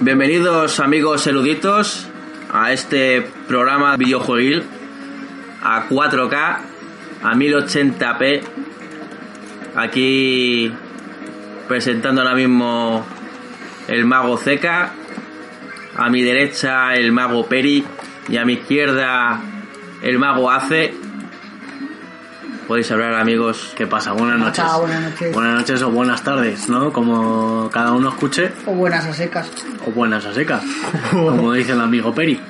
Bienvenidos amigos eruditos a este programa videojueguil a 4K, a 1080p. Aquí presentando ahora mismo el mago Zeca, a mi derecha el mago Peri y a mi izquierda el mago Ace. Podéis hablar amigos. ¿Qué pasa? Buenas Hola, noches. Ah, buenas noches. Buenas noches o buenas tardes, ¿no? Como cada uno escuche, O buenas a secas. o buenas a secas, como dice el amigo Peri.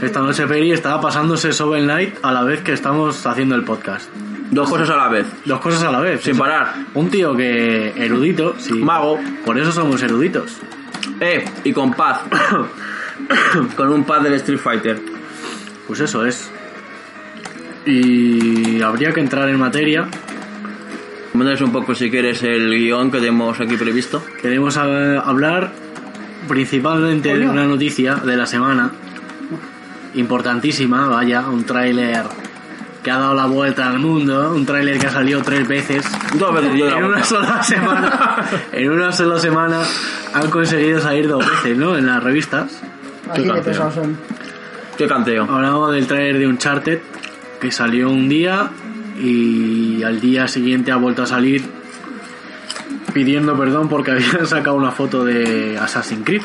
Esta noche Peri estaba pasándose Sovel Night a la vez que estamos haciendo el podcast. Dos cosas a la vez, Dos cosas a la vez. sin Eso. parar. Un tío que erudito, sí. Mago. Por eso somos eruditos. Eh, y con paz. con un pad del Street Fighter. Pues eso es. Y habría que entrar en materia. Coméntanos un poco si quieres el guión que tenemos aquí previsto. Queremos eh, hablar principalmente de Coño. una noticia de la semana importantísima, vaya, un tráiler que ha dado la vuelta al mundo, un tráiler que ha salido tres veces Dos veces yo la en una boca. sola semana. en una sola semana han conseguido salir dos veces, ¿no? En las revistas. Así de canteo. pesados son. Qué canteo. Hablamos del tráiler de Uncharted que salió un día y al día siguiente ha vuelto a salir pidiendo perdón porque habían sacado una foto de Assassin's Creed.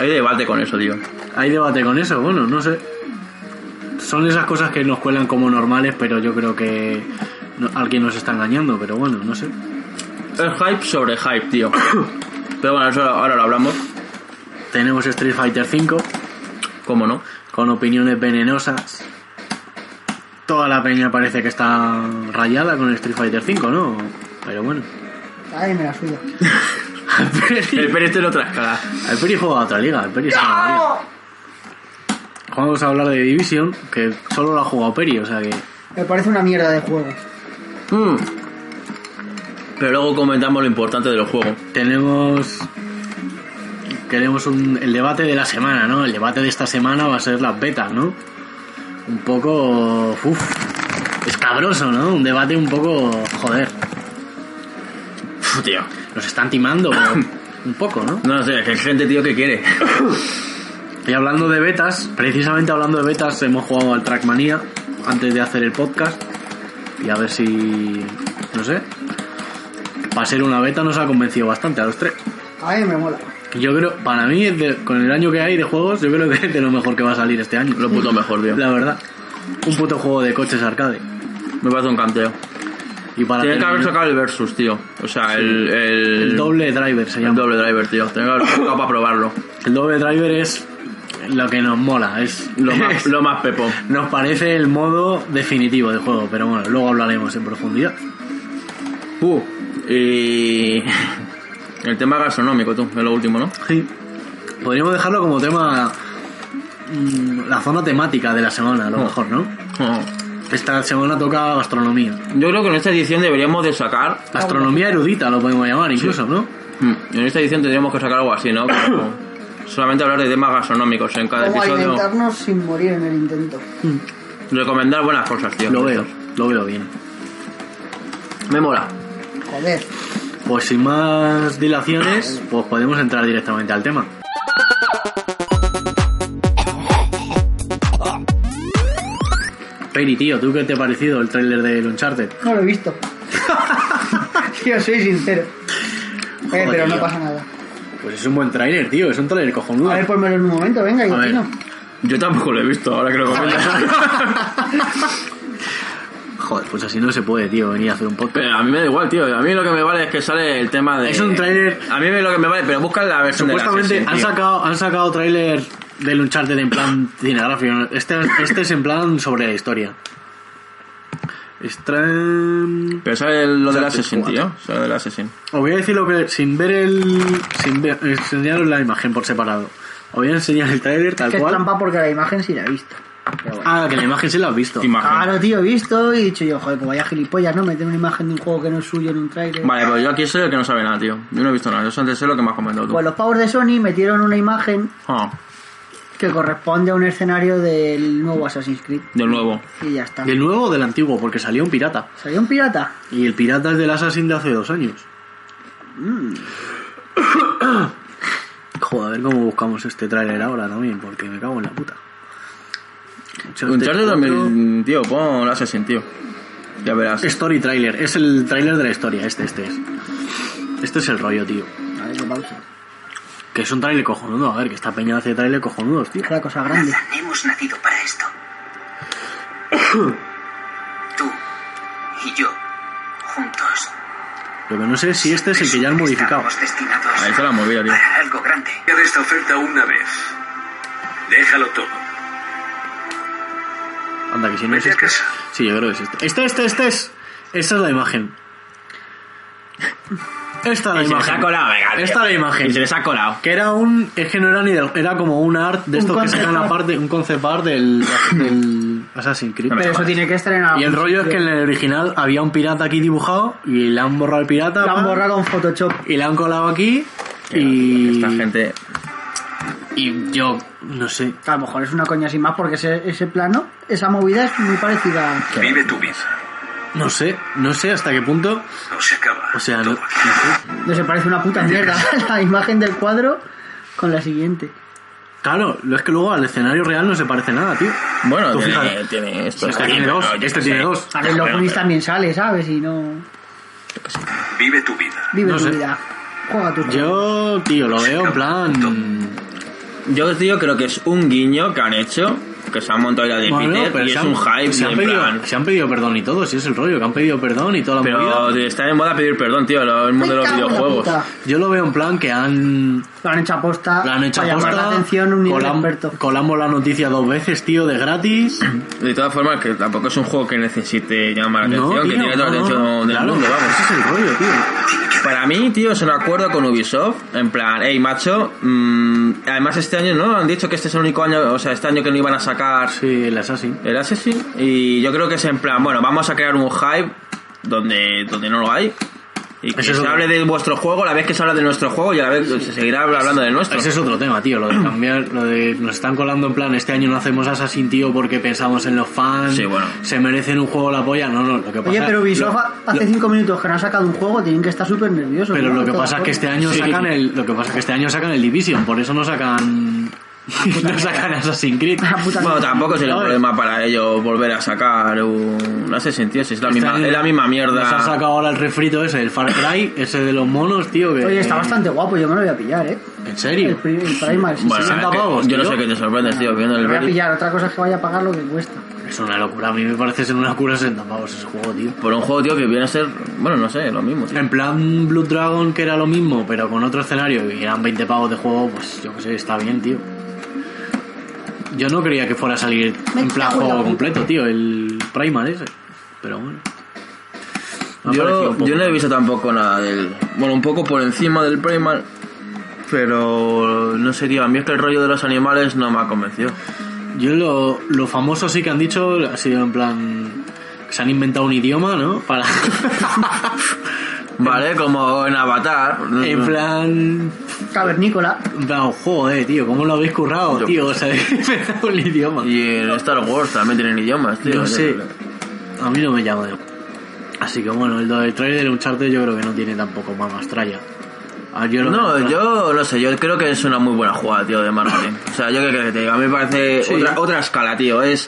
Hay debate con eso, tío. Hay debate con eso, bueno, no sé. Son esas cosas que nos cuelan como normales, pero yo creo que no- alguien nos está engañando, pero bueno, no sé. Es hype sobre hype, tío. Pero bueno, eso ahora lo hablamos. Tenemos Street Fighter V ¿Cómo no? con opiniones venenosas. Toda la peña parece que está rayada con el Street Fighter V, ¿no? Pero bueno. Ay, me la suya. Al Peri, El Peri está en otra escala. al Peri juega a otra liga, al Peri es una liga. Vamos a hablar de Division, que solo la ha jugado Peri, o sea que... Me parece una mierda de juego. Mm. Pero luego comentamos lo importante de los juegos. Tenemos. Queremos un- el debate de la semana, ¿no? El debate de esta semana va a ser las betas, ¿no? Un poco. Uf, escabroso, ¿no? Un debate un poco. Joder, Uf, tío. nos están timando un poco, ¿no? No sé, es gente, tío, que quiere. Y hablando de betas, precisamente hablando de betas, hemos jugado al Trackmania antes de hacer el podcast. Y a ver si. No sé. Para ser una beta nos ha convencido bastante a los tres. Ay, me mola. Yo creo, para mí, es de- con el año que hay de juegos, yo creo que es de lo mejor que va a salir este año. Lo puto mejor, tío. La verdad. Un puto juego de coches arcade. Me parece un canteo. Y para Tiene que haber terminar, sacado el Versus, tío. O sea, el, el, el doble driver se el llama. doble driver, tío. Tiene que haberlo sacado para probarlo. El doble driver es lo que nos mola, es Lo más, lo más pepo. nos parece el modo definitivo del juego, pero bueno, luego hablaremos en profundidad. Uh, y. El tema gastronómico, tú, es lo último, ¿no? Sí. Podríamos dejarlo como tema mm, la zona temática de la semana, a lo Oh. mejor, ¿no? Oh. Esta semana toca gastronomía. Yo creo que en esta edición deberíamos de sacar. Gastronomía erudita lo podemos llamar incluso, ¿no? Mm, En esta edición tendríamos que sacar algo así, ¿no? Como solamente hablar de temas gastronómicos en cada Como episodio. alimentarnos sin morir en el intento. Recomendar buenas cosas, tío. Lo veo, lo veo bien. Me mola. Joder. Pues sin más dilaciones, pues podemos entrar directamente al tema. Peri, tío, ¿tú qué te ha parecido el tráiler de Uncharted? No lo he visto. Tío, soy sincero. Eh, Joder, pero no tío. pasa nada. Pues es un buen tráiler, tío, es un tráiler cojonudo. A ver, ponmelo en un momento, venga, A ver. Yotino. Yo tampoco lo he visto, ahora que lo comentas. Joder, pues así no se puede, tío, venir a hacer un podcast. Pero a mí me da igual, tío. A mí lo que me vale es que sale el tema de. Es un tráiler- A mí lo que me vale, pero busca la versión de la Supuestamente Assassin, han tío. sacado, han sacado tráiler del Uncharted en plan cinegráfico. Este, este es en plan sobre la historia. Extraen... Pero sale lo del Sale Assassin, cuatro. tío. Sale del Assassin. Os voy a decir lo que... Sin ver el... Sin ver, enseñaros la imagen por separado. Os voy a enseñar el trailer tal Que es cual. trampa porque la imagen sí la he visto. Pero bueno. Ah, que la imagen sí la has visto. Qué imagen. Claro, tío, he visto y he dicho yo, joder, pues vaya gilipollas, ¿no? Meter una imagen de un juego que no es suyo en un trailer. Vale, pero yo aquí soy el que no sabe nada, tío. Yo no he visto nada. Yo solamente sé lo que me has comentado tú. Pues los pavos de Sony metieron una imagen Ah, que corresponde a un escenario del nuevo Assassin's Creed. de nuevo. Y ya está. ¿Del nuevo o del antiguo? Porque salió un pirata. ¿Salió un pirata? Y el pirata es del Assassin de hace dos años. Joder, a ver cómo buscamos este tráiler ahora también, porque me cago en la puta. Un de 2000, tío, pon el Assassin, tío. Ya verás. Story trailer, es el tráiler de la historia, este, este es. Este es el rollo, tío. A ver, qué pausa. Que es un tráiler cojonudo, a ver, que esta peña hace tráiler cojonudos, tío. Es la cosa grande. Hemos nacido para esto. Tú y yo, juntos. Lo que no sé es si este es el que ya han modificado. Estamos destinados Ahí está la movida, tío. para algo grande. Acepta esta oferta una vez. Déjalo todo. Anda, que si no es Vete a este. casa. Sí, yo creo que es este. Este, este, este es. Esta es la imagen. Esta es la Y se les ha imagen. colado, venga, tío. Esta es la imagen. Y se les ha colado. Que era un. Es que no era ni del. Era como un art de Un estos que concept sacan art. aparte. Un concept art del. del Assassin's Creed. Pero eso tiene que estrenar. y el rollo es que en el original había un pirata aquí dibujado. Y le han borrado el pirata. La han pa, borrado con Photoshop. Y le han colado aquí. Tío, Y. Esta gente. Y yo. No sé. A lo mejor es una coña sin más porque ese, ese plano, esa movida es muy parecida. a- Vive tu vida. No sé. No sé hasta qué punto. No se acaba. O sea, no, no Todo. sé. No se parece una puta mierda la imagen del cuadro con la siguiente. Claro, lo es que luego al escenario real no se parece nada, tío. Bueno, Tú tiene, fíjate. tiene esto. Este tiene pero dos, yo qué este sé. tiene dos. A ver, Ya, pero- Locunis también sale, ¿sabes? Y no. Vive tu vida. Vive No tu sé. vida. Juega tu Yo, tío, lo veo en plan. Yo, tío, creo que es un guiño que han hecho, que se han montado ya de Bueno, Peter pero y se es han- un hype, se en han, pedido, plan. se han pedido perdón y todo, si es el rollo, que han pedido perdón y toda la Pero movida. de- está de moda pedir perdón, tío, lo- el mundo de los Me cago en la videojuegos. puta. Yo lo veo en plan que han. Lo han hecho aposta. Lo han hecho para llamar aposta, la atención un nivel colam- experto. colamos la noticia dos veces, tío, de gratis. De todas formas, que tampoco es un juego que necesite llamar la No, atención, que tío, tiene todo el no, derecho no, del claro, mundo, vamos. Ese es el rollo, tío. Para mí, tío, es un acuerdo con Ubisoft. En plan, hey, macho. mm, además, este año no han dicho que este es el único año, o sea, este año que no iban a sacar Sí, el Assassin. el Assassin. Y yo creo que es en plan, bueno, vamos a crear un hype donde, donde no lo hay. Y que Eso es se lo hable de vuestro juego, la vez que se habla de nuestro juego y a la vez que se seguirá hablando del nuestro. Ese es otro tema, tío, lo de cambiar, lo de nos están colando en plan, este año no hacemos Assassin, tío, porque pensamos en los fans, Sí, bueno. se merecen un juego la polla, no, no, lo que pasa Oye, pero Ubisoft lo- hace lo- 5 minutos que no ha sacado un juego, tienen que estar súper nerviosos. Pero ¿no? lo que Todas pasa es que formas. este año Sí. sacan el lo que pasa es que este año sacan el Division, por eso no sacan no sacan Assassin's Creed. Ah, puta Bueno, mierda. tampoco sería un ¿Sabes? problema para ellos volver a sacar un. No sé sentido, si es la, Este misma, año es la misma mierda. Nos han sacado ahora el refrito ese, el Far Cry, ese de los monos, tío. Que, Oye, está bastante guapo, yo me lo voy a pillar, ¿eh? ¿En El, serio? pri- el Primal. sí, Bueno, sí. 60 es que pavos, yo no tío. sé qué te sorprendes, tío, viendo Me el lo voy a Reddit. pillar, otra cosa es que vaya a pagar lo que cuesta. Es una locura, a mí me parece ser una locura 60 pavos ese juego, tío. Por un juego, tío, que viene a ser. Bueno, no sé, lo mismo, tío. En plan Blue Dragon, que era lo mismo, pero con otro escenario, y eran 20 pavos de juego, pues yo qué sé, está bien, tío. Yo no creía que fuera a salir Me en plan cago en la juego puta. completo, tío, el Primal ese. Pero bueno. Me ha parecido Yo, un poco- yo no he visto tampoco nada del. Bueno, un poco por encima del Primal. Pero no sé, tío. A mí es que el rollo de los animales no me ha convencido. Yo lo, lo famoso sí que han dicho ha sido en plan. que se han inventado un idioma, ¿no? Para. Vale, como en Avatar. en plan. Cavernícola. En plan, joder, tío, ¿cómo lo habéis currado, Yo tío? O sea, habéis inventado un idioma. Y en Star Wars también tienen idiomas, tío. No sé. A mí no me llama. Así que bueno, el del trailer de Uncharted yo creo que no tiene tampoco más mastralla. Ah, yo lo- No, yo no sé, yo creo que es una muy buena jugada, tío, de marketing. O sea, yo qué crees que te diga, a mí me parece Sí. otra, otra escala, tío. Es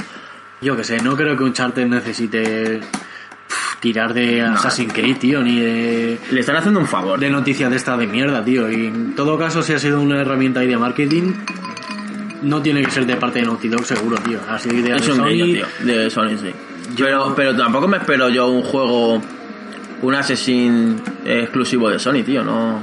Yo que sé, no creo que Uncharted necesite pff, tirar de Assassin's Creed, tío, ni de. le están haciendo un favor. de noticias de esta de mierda, tío. Y en todo caso, si ha sido una herramienta ahí de marketing, no tiene que ser de parte de Naughty Dog, seguro, tío. Ha sido idea es de un Sony. brillo, tío, de Sony, sí. Pero, pero tampoco me espero yo un juego, un Assassin exclusivo de Sony, tío. No,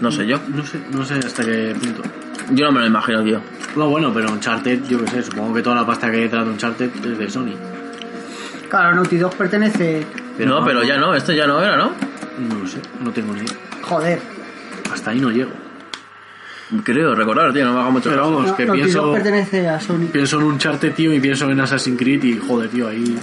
no sé yo. No sé, no sé hasta qué punto. Yo no me lo imagino, tío. No, bueno, pero Uncharted, yo qué sé, supongo que toda la pasta que hay detrás de Uncharted es de Sony. Claro, Naughty Dog pertenece. no, pero ya no, esto ya no era, ¿no? No lo sé, no tengo ni idea. Joder. Hasta ahí no llego. Creo recordar, tío, no me haga mucho Pero caso. vamos, Pues que No, Naughty pienso, Dog pertenece a Sony. pienso en un charte, tío, y pienso en Assassin's Creed y joder, tío, ahí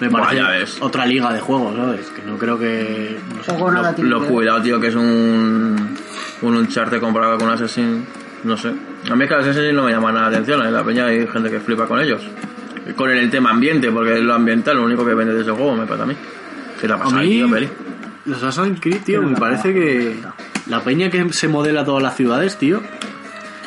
me Buah, parece ya ves. otra liga de juegos, ¿sabes? Que no creo que... no sé. Poco o nada tiene Lo que ver. cuidado, tío, que es un. Un Uncharted comparado con un Assassin. No sé. A mí es que los Assassin no me llaman la atención. En la peña hay gente que flipa con ellos. Con el, el tema ambiente, porque lo ambiental lo único que vende de ese juego me pasa a mí. ¿Qué te ha A pasado, mí, tío, Peri? los Assassin's Creed, tío, Pero me la- parece que la peña que se modela todas las ciudades, tío,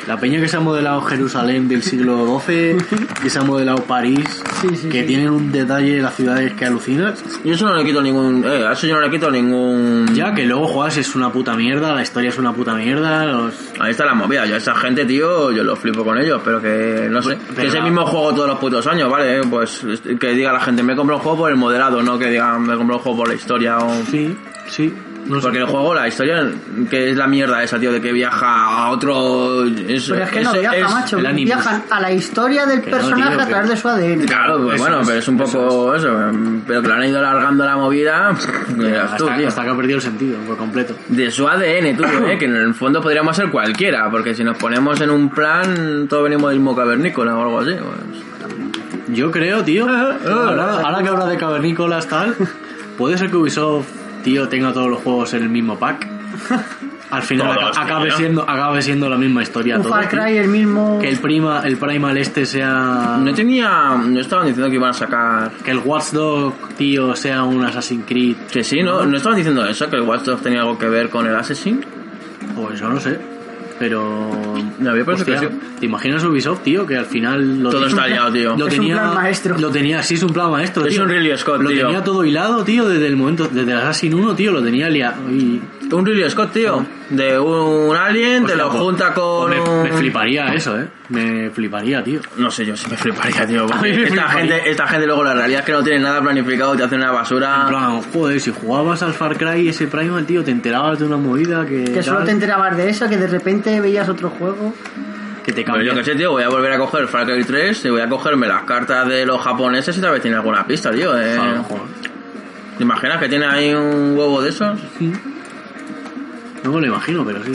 la peña que se ha modelado Jerusalén del siglo XII, que se ha modelado París, Sí, sí, que sí. tienen un detalle de las ciudades que alucinas, Yo eso no le quito ningún. Eh, a eso yo no le quito ningún. ya que luego juegas es una puta mierda, la historia es una puta mierda, los... Ahí está la movida. Yo a esa gente, tío, yo lo flipo con ellos, pero que no sé. Pero Pues, que es el la- mismo juego todos los putos años, ¿vale? Eh, Pues que diga la gente, me compro un juego por el modelado, no que digan, me compro un juego por la historia o. Sí, sí, no sé. Porque el juego, la historia, que es la mierda esa, tío, de que viaja a otro... eso- Pero es que no eso viaja, es macho. el animus. Viajan a la historia del Que no, personaje tío, a que- través de su ADN. Claro, pues Eso bueno, es, pero es un eso poco eso. mm, Pero que lo han ido alargando la movida... pff, que digas hasta, tú, tío. hasta que ha perdido el sentido por completo. De su ADN, tú, eh, que en el fondo podríamos ser cualquiera, porque si nos ponemos en un plan, todos venimos del mismo cavernícola o algo así. pues. Yo creo, tío. Ah, ahora, ahora que habla de cavernícolas, tal. Puede ser que Ubisoft, tío, tenga todos los juegos en el mismo pack. Al final Todos, aca- acabe, tío. siendo, acabe siendo la misma historia. Un todo, Far tío. Cry, el mismo. Que el, prima, el Primal este sea. No tenía... No estaban diciendo que iban a sacar... Que el Watch Dog, tío, sea un Assassin's Creed. Que sí, ¿no? ¿No estaban diciendo eso? ¿Que el Watch Dogs tenía algo que ver con el Assassin? Pues yo no sé. Pero. Me había parecido Hostia, que sí. ¿Te imaginas Ubisoft, tío? Que al final. Lo Todo tiene- está liado, tío. Lo Es un tenía, plan maestro. Lo tenía, sí, es un plan maestro. Es tío. un Ridley Scott, Lo tío. tenía todo hilado, tío, desde el momento, desde el Assassin 1, tío, lo tenía liado. Y, Un Ridley Scott, tío. De un alien, te Ah. Hostia, lo pues, junta con. pues Me, me un- fliparía eso, eh. Me fliparía, tío. No sé, yo sí me fliparía, tío. porque A mí me esta, fliparía. Gente, esta gente luego la realidad es que no tiene nada planificado, te hace una En basura. plan, joder, si jugabas al Far Cry ese Primal, tío, te enterabas de una movida que. Que solo tal, te enterabas de eso, que de repente veías otro juego. que te Pero cambia. Pues yo qué sé, tío, voy a volver a coger Far Cry 3 y voy a cogerme las cartas de los japoneses y tal vez tiene alguna pista, tío. eh. A lo mejor. ¿Te imaginas que tiene ahí un huevo de esos? No me lo imagino, pero sí.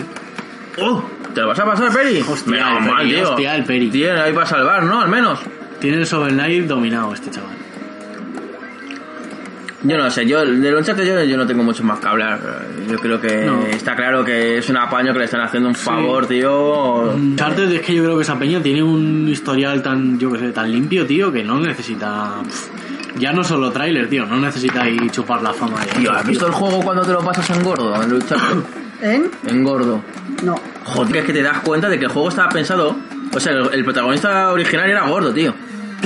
¡Oh! ¿Te lo vas a pasar, Peri? Hostia, Menos el mal, Peri, tío. hostia, el Peri. Tiene ahí para salvar, ¿no? Al menos. Tiene el Sovereign dominado este chaval. Yo no sé, yo de Uncharted yo, yo no tengo mucho más que hablar. Yo creo que No. está claro que es un apaño que le están haciendo un favor, tío. Uncharted es que yo creo que esa peña tiene un historial tan, yo que sé, tan limpio, tío, que no necesita. pff, ya no solo tráiler, tío, no necesita ahí chupar la fama de. Tío, ¿has visto el juego cuando te lo pasas en gordo? En Uncharted? ¿En? en gordo. No. Joder, es que te das cuenta de que el juego estaba pensado. O sea, el, el protagonista original era gordo, tío.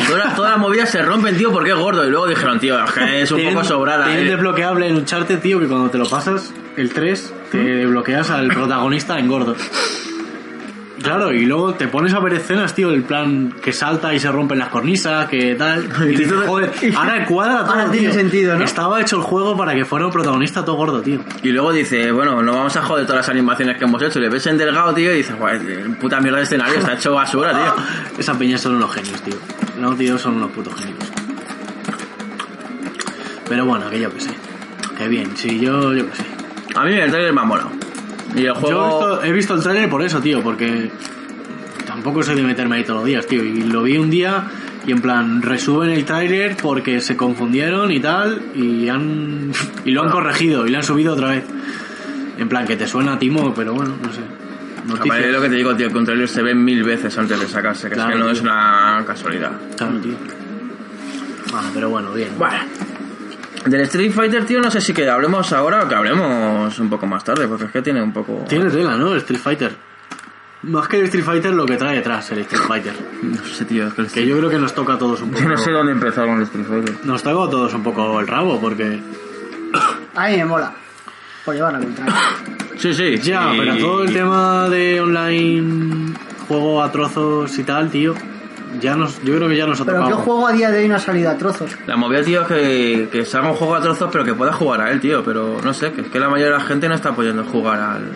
Todas las, todas las movidas se rompen, tío, porque es gordo. Y luego dijeron, tío, es que es un Tienen- poco sobrada. tienen eh. desbloqueable en Uncharted, tío, que cuando te lo pasas, el 3, te desbloqueas al protagonista en gordo. Claro, y luego te pones a ver escenas, tío, el plan que salta y se rompen las cornisas, que tal. Y dices, joder, ahora cuadra todo, Ahora tío. tiene sentido, ¿no? Estaba hecho el juego para que fuera un protagonista todo gordo, tío. Y luego dice, bueno, no vamos a joder todas las animaciones que hemos hecho. Y le ves en delgado, tío, y dices, "Joder, puta mierda de escenario, está hecho basura, tío. Esa peña son unos genios, tío. No, tío, son unos putos genios. Pero bueno, que yo que sé. Que bien, sí, yo, yo que sé. A mí el trailer me ha molado. Y el Yo he juego. visto, he visto el trailer por eso, tío, porque tampoco soy de meterme ahí todos los días, tío. Y lo vi un día y en plan, resuben el trailer porque se confundieron y tal, y han y lo han corregido y lo han subido otra vez. En plan, que te suena a Timo, pero bueno, no sé. Aparte de Noticias. lo que te digo, tío, que un trailer se ve mil veces antes de sacarse, que es Claro, que no tío. es una casualidad. Claro, tío. Bueno, pero bueno, bien. Bueno. Del Street Fighter, tío, no sé si que hablemos ahora o que hablemos un poco más tarde, porque es que tiene un poco. Tiene tela, ¿no? El Street Fighter. Más que el Street Fighter, lo que trae detrás el Street Fighter. No sé, tío, es que el Que yo creo que nos toca a todos un poco. Yo no sé dónde empezar con el Street Fighter. Nos toca a todos un poco el rabo, porque. A mí me mola. Por llevar la contraria. Sí, sí. Ya, y- pero todo el tema de online, juego a trozos y tal, tío. Ya nos, yo creo que ya nos ha Pero ¿qué tocado. juego a día de hoy no ha salido a trozos? La movida, tío, es que, que salga un juego a trozos, pero que pueda jugar a él, tío. Pero no sé, que es que la mayoría de la gente no está pudiendo jugar al,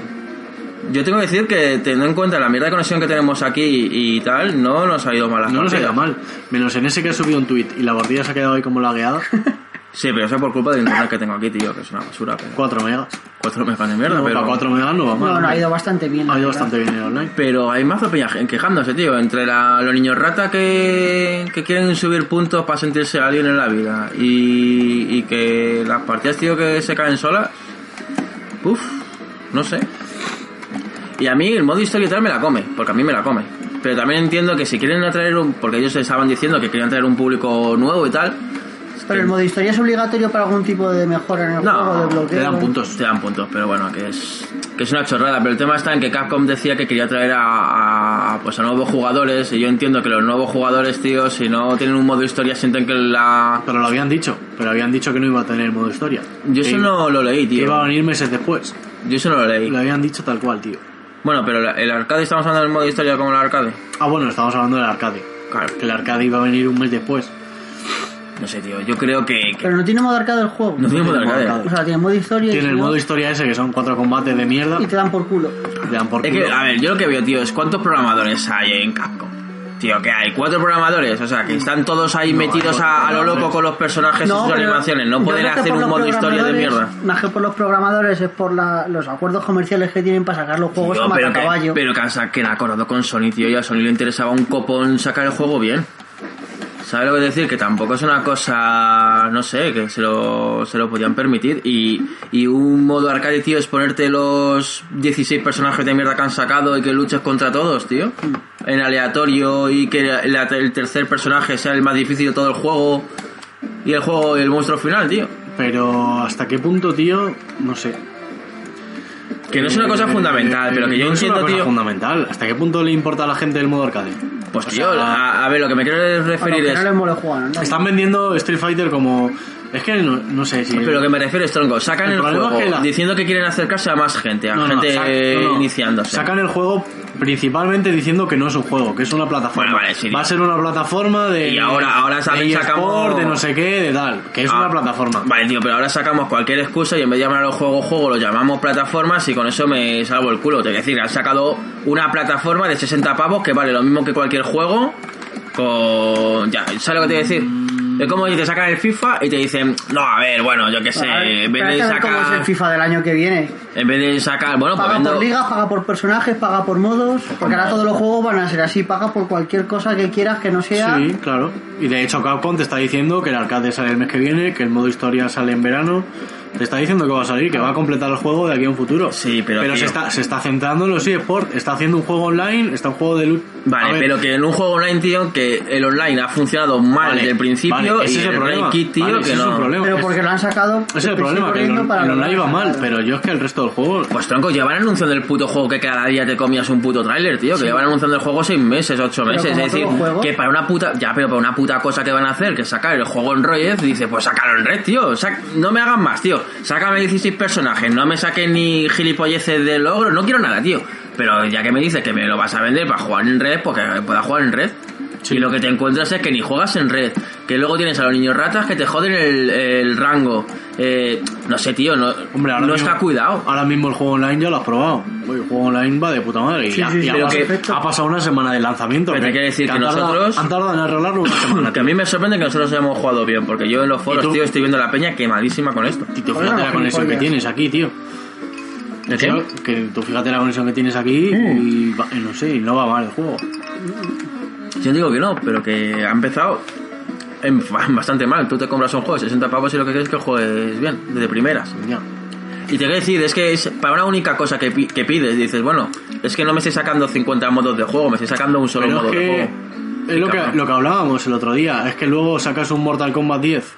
Yo tengo que decir que teniendo en cuenta la mierda de conexión que tenemos aquí y, y tal, no nos ha ido mal las No nos ha ido partidas. mal. Menos en ese que ha subido un tweet y la bordilla se ha quedado ahí como lagueada. Sí, pero eso es por culpa del internet que tengo aquí, tío, que es una basura. Pero 4 megas. 4 megas de mierda, No, pero. para 4 megas no va mal. No, no, ha ido bastante bien. la Ha ido verdad. bastante bien el online. Pero hay mazo peña gen- quejándose, tío. Entre la- los niños rata que, que quieren subir puntos para sentirse alguien en la vida y, y que las partidas, tío, que se caen solas. Uf, no sé. Y a mí el modo historia y tal me la come, porque a mí me la come. Pero también entiendo que si quieren atraer un. Porque ellos estaban diciendo que querían atraer un público nuevo y tal. Pero el modo historia es obligatorio para algún tipo de mejora en el juego, de No, bloqueo. te dan puntos. Te dan puntos, pero bueno, que es, que es una chorrada. Pero el tema está en que Capcom decía que quería traer a, a, pues a nuevos jugadores. Y yo entiendo que los nuevos jugadores, tío, si no tienen un modo historia, sienten que la. Pero lo habían dicho. Pero habían dicho que no iba a tener modo historia. Yo eso Que- no lo leí, Que iba tío. a venir meses después. Yo eso no lo leí. Lo habían dicho tal cual, tío. Bueno, pero la- el arcade, estamos hablando del modo historia como el arcade. Ah, bueno, estamos hablando del arcade. Claro, Que el arcade iba a venir un mes después. no sé, tío. Yo creo que. que- Pero no tiene modo arcade el juego. no tiene modo tiene modo arcade. arcade. O sea, tiene modo historia. y Tiene si el no, modo historia ese, que son cuatro combates de mierda. Y te dan por culo. Le dan por Es que, culo. a ver, yo lo que veo, tío, es cuántos programadores hay en Capcom. Tío, que hay cuatro programadores, o sea, que están todos ahí metidos hay a, a lo cuatro loco con los personajes y sus pero animaciones. No yo pueden creo que hacer por un los modo historia de programadores- mierda. Más que por los programadores, es por la- los acuerdos comerciales que tienen para sacar los juegos Tío, a pero, que, caballo. pero que han sa- que han acordado con Sony, tío, y a Sony le interesaba un copón sacar el juego bien. ¿Sabes lo que decir? Que tampoco es una cosa, no sé, que se lo, se lo podían permitir. Y, y un modo arcade, tío, es ponerte los 16 personajes de mierda que han sacado y que luches contra todos, tío. En aleatorio y que la- el tercer personaje sea el más difícil de todo el juego. Y el juego, el monstruo final, tío. Pero hasta qué punto, tío, no sé. Que no es una cosa Eh, fundamental, eh, pero que yo no es una entiendo, cosa tío. fundamental. ¿Hasta qué punto le importa a la gente el modo arcade? Pues O tío, sea, a, a ver, lo que me quiero A los referir que es... no les mola jugar, ¿no? Están vendiendo Street Fighter como... Es que no, no sé si... Pero lo que me refiero es, tronco, sacan El el, problema juego es que la- diciendo que quieren acercarse a más gente, a No, no, gente sac- eh, no, no. iniciándose. Sacan el juego principalmente diciendo que no es un juego, que es una plataforma. Bueno, vale, sí. Va a ser una plataforma de... Y ahora- ahora de saben, eSport, sacamos- de no sé qué, de tal. Que es Ah, una plataforma. Vale, tío, pero ahora sacamos cualquier excusa y en vez de llamar al juego juego, lo llamamos plataformas y con eso me salvo el culo. Es decir, han sacado una plataforma de 60 pavos que vale lo mismo que cualquier juego con... Ya, ¿sabes lo que te voy a decir? Mm. Es como si te sacan el FIFA y te dicen, no, a ver, bueno, yo qué sé, A ver, en vez espérate de a ver cómo es el sacar... FIFA del año que viene. En vez de sacar... Bueno, pues Paga vendo- por ligas, paga por personajes, paga por modos. Porque ahora todos los juegos van a ser así. Paga por cualquier cosa que quieras que no sea. Sí, claro. Y de hecho Capcom te está diciendo que el arcade sale el mes que viene, que el modo historia sale en verano. Te está diciendo que va a salir, que va a completar el juego de aquí a un futuro. Sí, pero, se tío. está, se está centrando en los eSports, está haciendo un juego online, está un juego de loot. A Vale, ver, pero que en un juego online, tío, que el online ha funcionado mal Vale, desde el principio vale, ese y es el el problema. raid kit, tío, Vale, que ese es un no. problema. Pero porque lo han sacado. Ese es el deprisa y problema, que el, corriendo para el lo que online lo va han mal, sacado. pero yo es que el resto del juego... Pues tronco, llevan anunciando el puto juego que cada día te comías un puto tráiler, tío. Que llevan anunciando el juego seis meses, ocho Pero meses. como Es decir, todo juego. que para una puta. Ya, pero para una puta cosa que van a hacer, que sacar el juego en Royez, dice, pues sácalo en red, tío. Sac- no me hagan más, tío. Sácame 16 personajes, no me saquen ni gilipolleces de logro, no quiero nada, tío. Pero ya que me dices que me lo vas a vender para jugar en red, pues que pueda jugar en red. Sí. Y lo que te encuentras es que ni juegas en red, que luego tienes a los niños ratas que te joden el, el rango. Eh, no sé, tío, no, Hombre, ahora no mismo- está cuidado. Ahora mismo el juego online ya lo has probado. Oye, El juego online va de puta madre. y Sí, ya- sí, y sí, ha, pero pas- que- ha pasado una semana de lanzamiento. Pero hay que decir que han tardado- nosotros- Han tardado en arreglarlo una semana. Que a mí me sorprende que nosotros hayamos jugado bien, porque yo en los ¿Y foros, tú? tío, estoy viendo la peña quemadísima con esto. Y tú Joder, fíjate la no, conexión que gilipollas. tienes aquí, tío. ¿De qué? Tío, Que tú fíjate la conexión que tienes aquí y va- y no sé, y no va mal el juego. Yo digo que no, pero que ha empezado en- bastante mal. Tú te compras un juego de 60 pavos y lo que quieres es que juegues bien, desde primeras. Ya. Y te voy a decir, es que es para una única cosa que, pi- que pides, dices, bueno, es que no me estoy sacando 50 modos de juego, me estoy sacando un solo Pero modo es de que juego. es lo que, Cabrón. lo que hablábamos el otro día. Es que luego sacas un Mortal Kombat 10,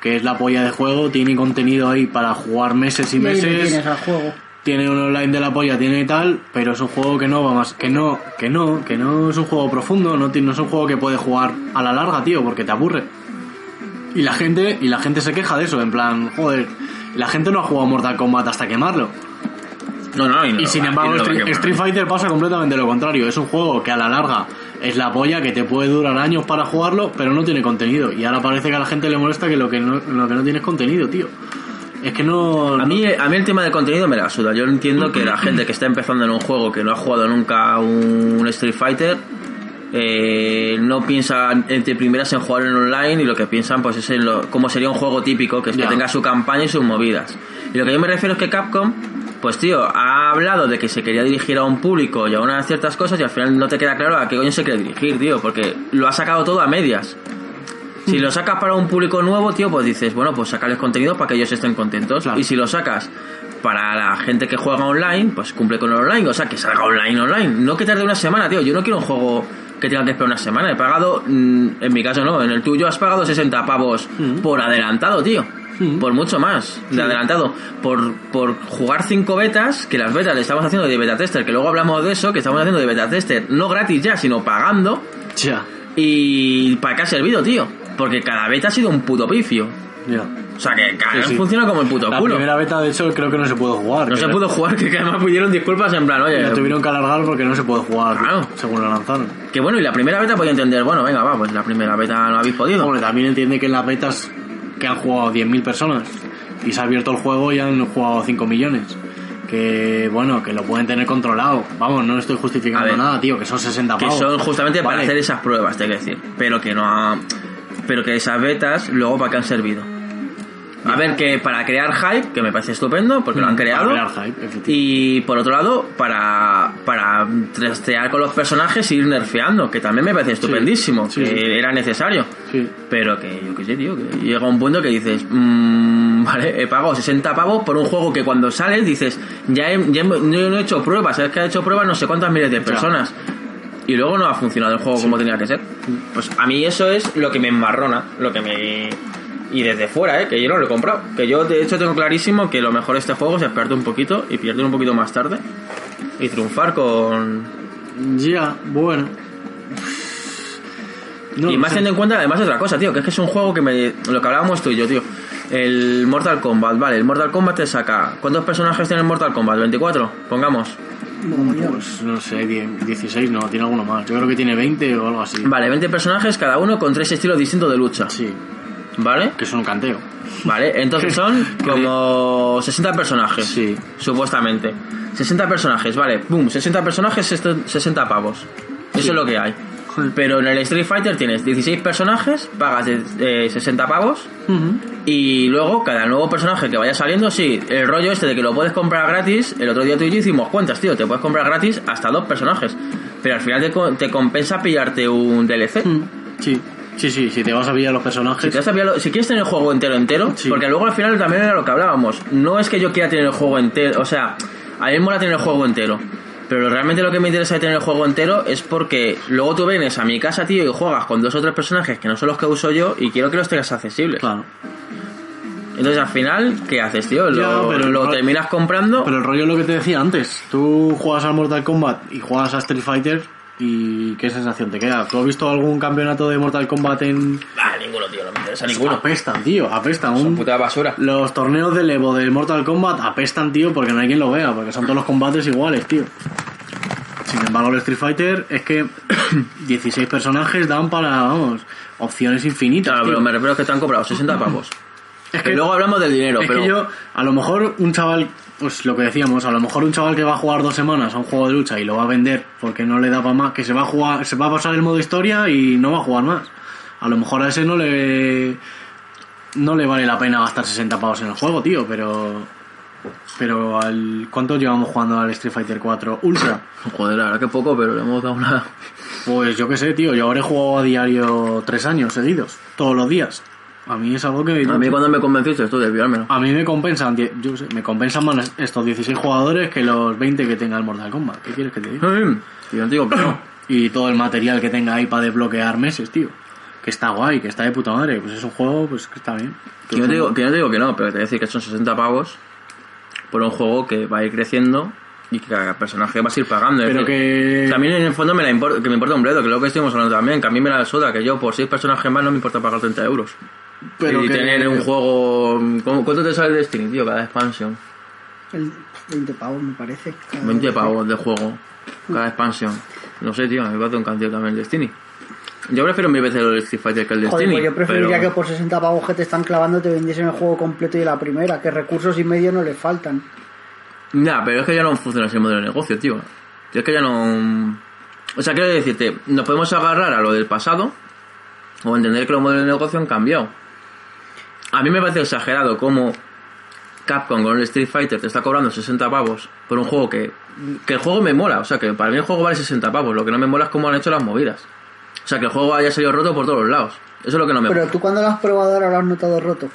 que es la polla de juego, tiene contenido ahí para jugar meses y Y ahí le meses. tienes al juego. tiene un online de la polla, tiene tal, pero es un juego que no va más, que no, que no, que no es un juego profundo, no, ti- no es un juego que puedes jugar a la larga, tío, porque te aburre. Y la gente, y la gente se queja de eso, en plan, joder, la gente no ha jugado Mortal Kombat hasta quemarlo. No, no, y, no Y lo sin va- y embargo, no lo va a Street, quemar. Street Fighter pasa completamente lo contrario. Es un juego que a la larga es la polla, que te puede durar años para jugarlo, pero no tiene contenido. Y ahora parece que a la gente le molesta que lo que no, lo que no tiene es contenido, tío. Es que no. A mí, a mí el tema del contenido me la suda. Yo entiendo que la gente que está empezando en un juego que no ha jugado nunca a un Street Fighter eh, no piensa entre primeras en jugar en online y lo que piensan pues es en lo, como sería un juego típico, que es Ya. que tenga su campaña y sus movidas. Y lo que yo me refiero es que Capcom, pues tío, ha hablado de que se quería dirigir a un público y a unas ciertas cosas y al final no te queda claro a qué coño se quiere dirigir, tío, porque lo ha sacado todo a medias. Si lo sacas para un público nuevo, tío, pues dices, bueno, pues sacarles contenido para que ellos estén contentos. Claro. Y si lo sacas para la gente que juega online, pues cumple con el online. O sea, que salga online, online. No que tarde una semana, tío. Yo no quiero un juego que tenga que esperar una semana. He pagado, mm, en mi caso no, en el tuyo has pagado 60 pavos por adelantado, tío. Por mucho más de adelantado. Por, por jugar cinco betas, que las betas le estamos haciendo de beta tester, que luego hablamos de eso, que estamos haciendo de beta tester, no gratis ya, sino pagando. Ya, ¿Y para qué ha servido, tío? Porque cada beta ha sido un puto pifio. ya. O sea, que cada Sí, vez sí. funciona como el puto La culo. primera beta, de hecho, creo que no se pudo jugar. No que se la- pudo jugar, que además pidieron disculpas en plan, oye, La tuvieron que alargar porque no se puede jugar Claro. según la lanzaron. que bueno, y la primera beta podía entender, bueno, venga, va, pues la primera beta no habéis podido. Hombre, también entiende que en las betas que han jugado 10.000 personas y se ha abierto el juego y han jugado 5 millones. Que bueno, que lo pueden tener controlado. Vamos, no estoy A justificando ver, nada, tío, que son 60 que pavos. son justamente para Vale. hacer esas pruebas, te que decir. Pero que no ha- Pero que esas betas, luego, ¿para qué han servido? A ver, que para crear hype, que me parece estupendo, porque lo han Mm, para creado. crear hype, efectivamente. y por otro lado, para, para trastear con los personajes e ir nerfeando, que también me parece estupendísimo, sí, que sí. era necesario. Sí. Pero que yo qué sé, tío, que llega un punto que dices, "Mm, vale, he pagado 60 pavos por un juego que cuando sales dices, ya, he- ya he- no, no he hecho pruebas, es que ha hecho pruebas no sé cuántas miles de personas. Y luego no ha funcionado el juego como tenía que ser. Pues a mí eso es lo que me enmarrona, lo que me... Y desde fuera, ¿eh? que yo no lo he comprado. Que yo de hecho tengo clarísimo que lo mejor de este juego es esperarte un poquito y pierde un poquito más tarde. Y triunfar con, Ya, bueno. No y lo más sé. teniendo en cuenta, además, otra cosa, tío, que es que es un juego que me. Lo que hablábamos tú y yo, tío. El Mortal Kombat, vale, el Mortal Kombat te saca. ¿Cuántos personajes tiene el Mortal Kombat? ¿24? Pongamos. Pues no sé, 10, 16 no, tiene alguno más. Yo creo que tiene 20 o algo así. Vale, 20 personajes, cada uno con tres estilos distintos de lucha. Sí, ¿Vale? que es un canteo. Vale, entonces son como 60 personajes. Sí. Supuestamente. 60 personajes, vale, boom, 60 personajes, esto- 60 pavos. Eso es lo que hay. Pero en el Street Fighter tienes 16 personajes, pagas eh, 60 pavos. Y luego, cada nuevo personaje que vaya saliendo, sí, el rollo este de que lo puedes comprar gratis, el otro día tú y yo hicimos cuentas, tío, te puedes comprar gratis hasta dos personajes. Pero al final te, co- te compensa pillarte un DLC. Sí, sí, sí, si te vas a pillar los Si, personajes. te vas a pillar lo- si quieres tener el juego entero, entero, Sí. porque luego al final también era lo que hablábamos. No es que yo quiera tener el juego entero, o sea, a mí me mola tener el juego entero. Pero lo- realmente lo que me interesa de tener el juego entero es porque luego tú vienes a mi casa, tío, y juegas con dos o tres personajes que no son los que uso yo y quiero que los tengas accesibles. Claro. Entonces al final, ¿qué haces, tío? Lo, Ya, pero- lo terminas comprando. Pero el rollo es lo que te decía antes. Tú juegas al Mortal Kombat y juegas a Street Fighter y ¿qué sensación te queda? ¿Tú has visto algún campeonato de Mortal Kombat en...? Ah, ninguno, tío, no me interesa ninguno. Apestan, tío, apestan. Un... Puta basura. Los torneos del Evo del Mortal Kombat apestan, tío, porque no hay quien lo vea, porque son todos los combates iguales, tío. Sin embargo, el Street Fighter es que 16 personajes dan para, vamos, opciones infinitas. Claro, tío. pero me refiero que te han comprado 60 pavos. Es que luego hablamos del dinero, es pero. que yo, a lo mejor un chaval, pues lo que decíamos, a lo mejor un chaval que va a jugar dos semanas a un juego de lucha y lo va a vender porque no le da para más, que se va a jugar, se va a pasar el modo historia y no va a jugar más. A lo mejor a ese no le no le vale la pena gastar 60 pavos en el juego, tío, pero pero al ¿cuánto llevamos jugando al Street Fighter 4 Ultra? Joder, ahora que poco, pero le hemos dado una. Pues yo qué sé, tío, yo ahora he jugado a diario tres años seguidos, todos los días. A mí es algo que A mí cuando me convenciste esto de olvidármelo. A mí me compensan, die- yo qué sé, me compensan más estos 16 jugadores que los 20 que tenga el Mortal Kombat. ¿Qué quieres que te diga? Mm. Y yo no digo, pero. Y todo el material que tenga ahí para desbloquear meses, tío. Que está guay, que está de puta madre. Pues es un juego, pues que está bien. Que yo, te digo, que yo te digo que no, pero te voy a decir que son 60 pavos por un juego que va a ir creciendo y que cada personaje vas a ir pagando. es Pero decir, que- También en el fondo me la importa, que me importa un bledo, que es lo que estuvimos hablando también, que a mí me la soda, que yo por 6 personajes más no me importa pagar 30 euros. Pero y que- tener un juego... ¿cómo- ¿Cuánto te sale Destiny, tío? Cada expansión. El 20 pavos, me parece. 20 pavos de juego. Cada expansión. No sé, tío, a mí me parece un canteo también el Destiny. Yo prefiero mil veces el Street Fighter que el Joder, Destiny. pues yo preferiría pero- que por 60 pavos que te están clavando te vendiesen el juego completo y la primera, que recursos y medio no le faltan. Ya, pero es que ya no funciona ese modelo de negocio, tío. Yo es que ya no... O sea, quiero decirte, nos podemos agarrar a lo del pasado o entender que los modelos de negocio han cambiado. A mí me parece exagerado cómo Capcom con el Street Fighter te está cobrando 60 pavos por un juego que... Que el juego me mola, o sea, que para mí el juego vale 60 pavos. Lo que no me mola es cómo han hecho las movidas. O sea, que el juego haya salido roto por todos los lados. Eso es lo que no me mola. Pero tú cuando lo has probado ahora lo has notado roto.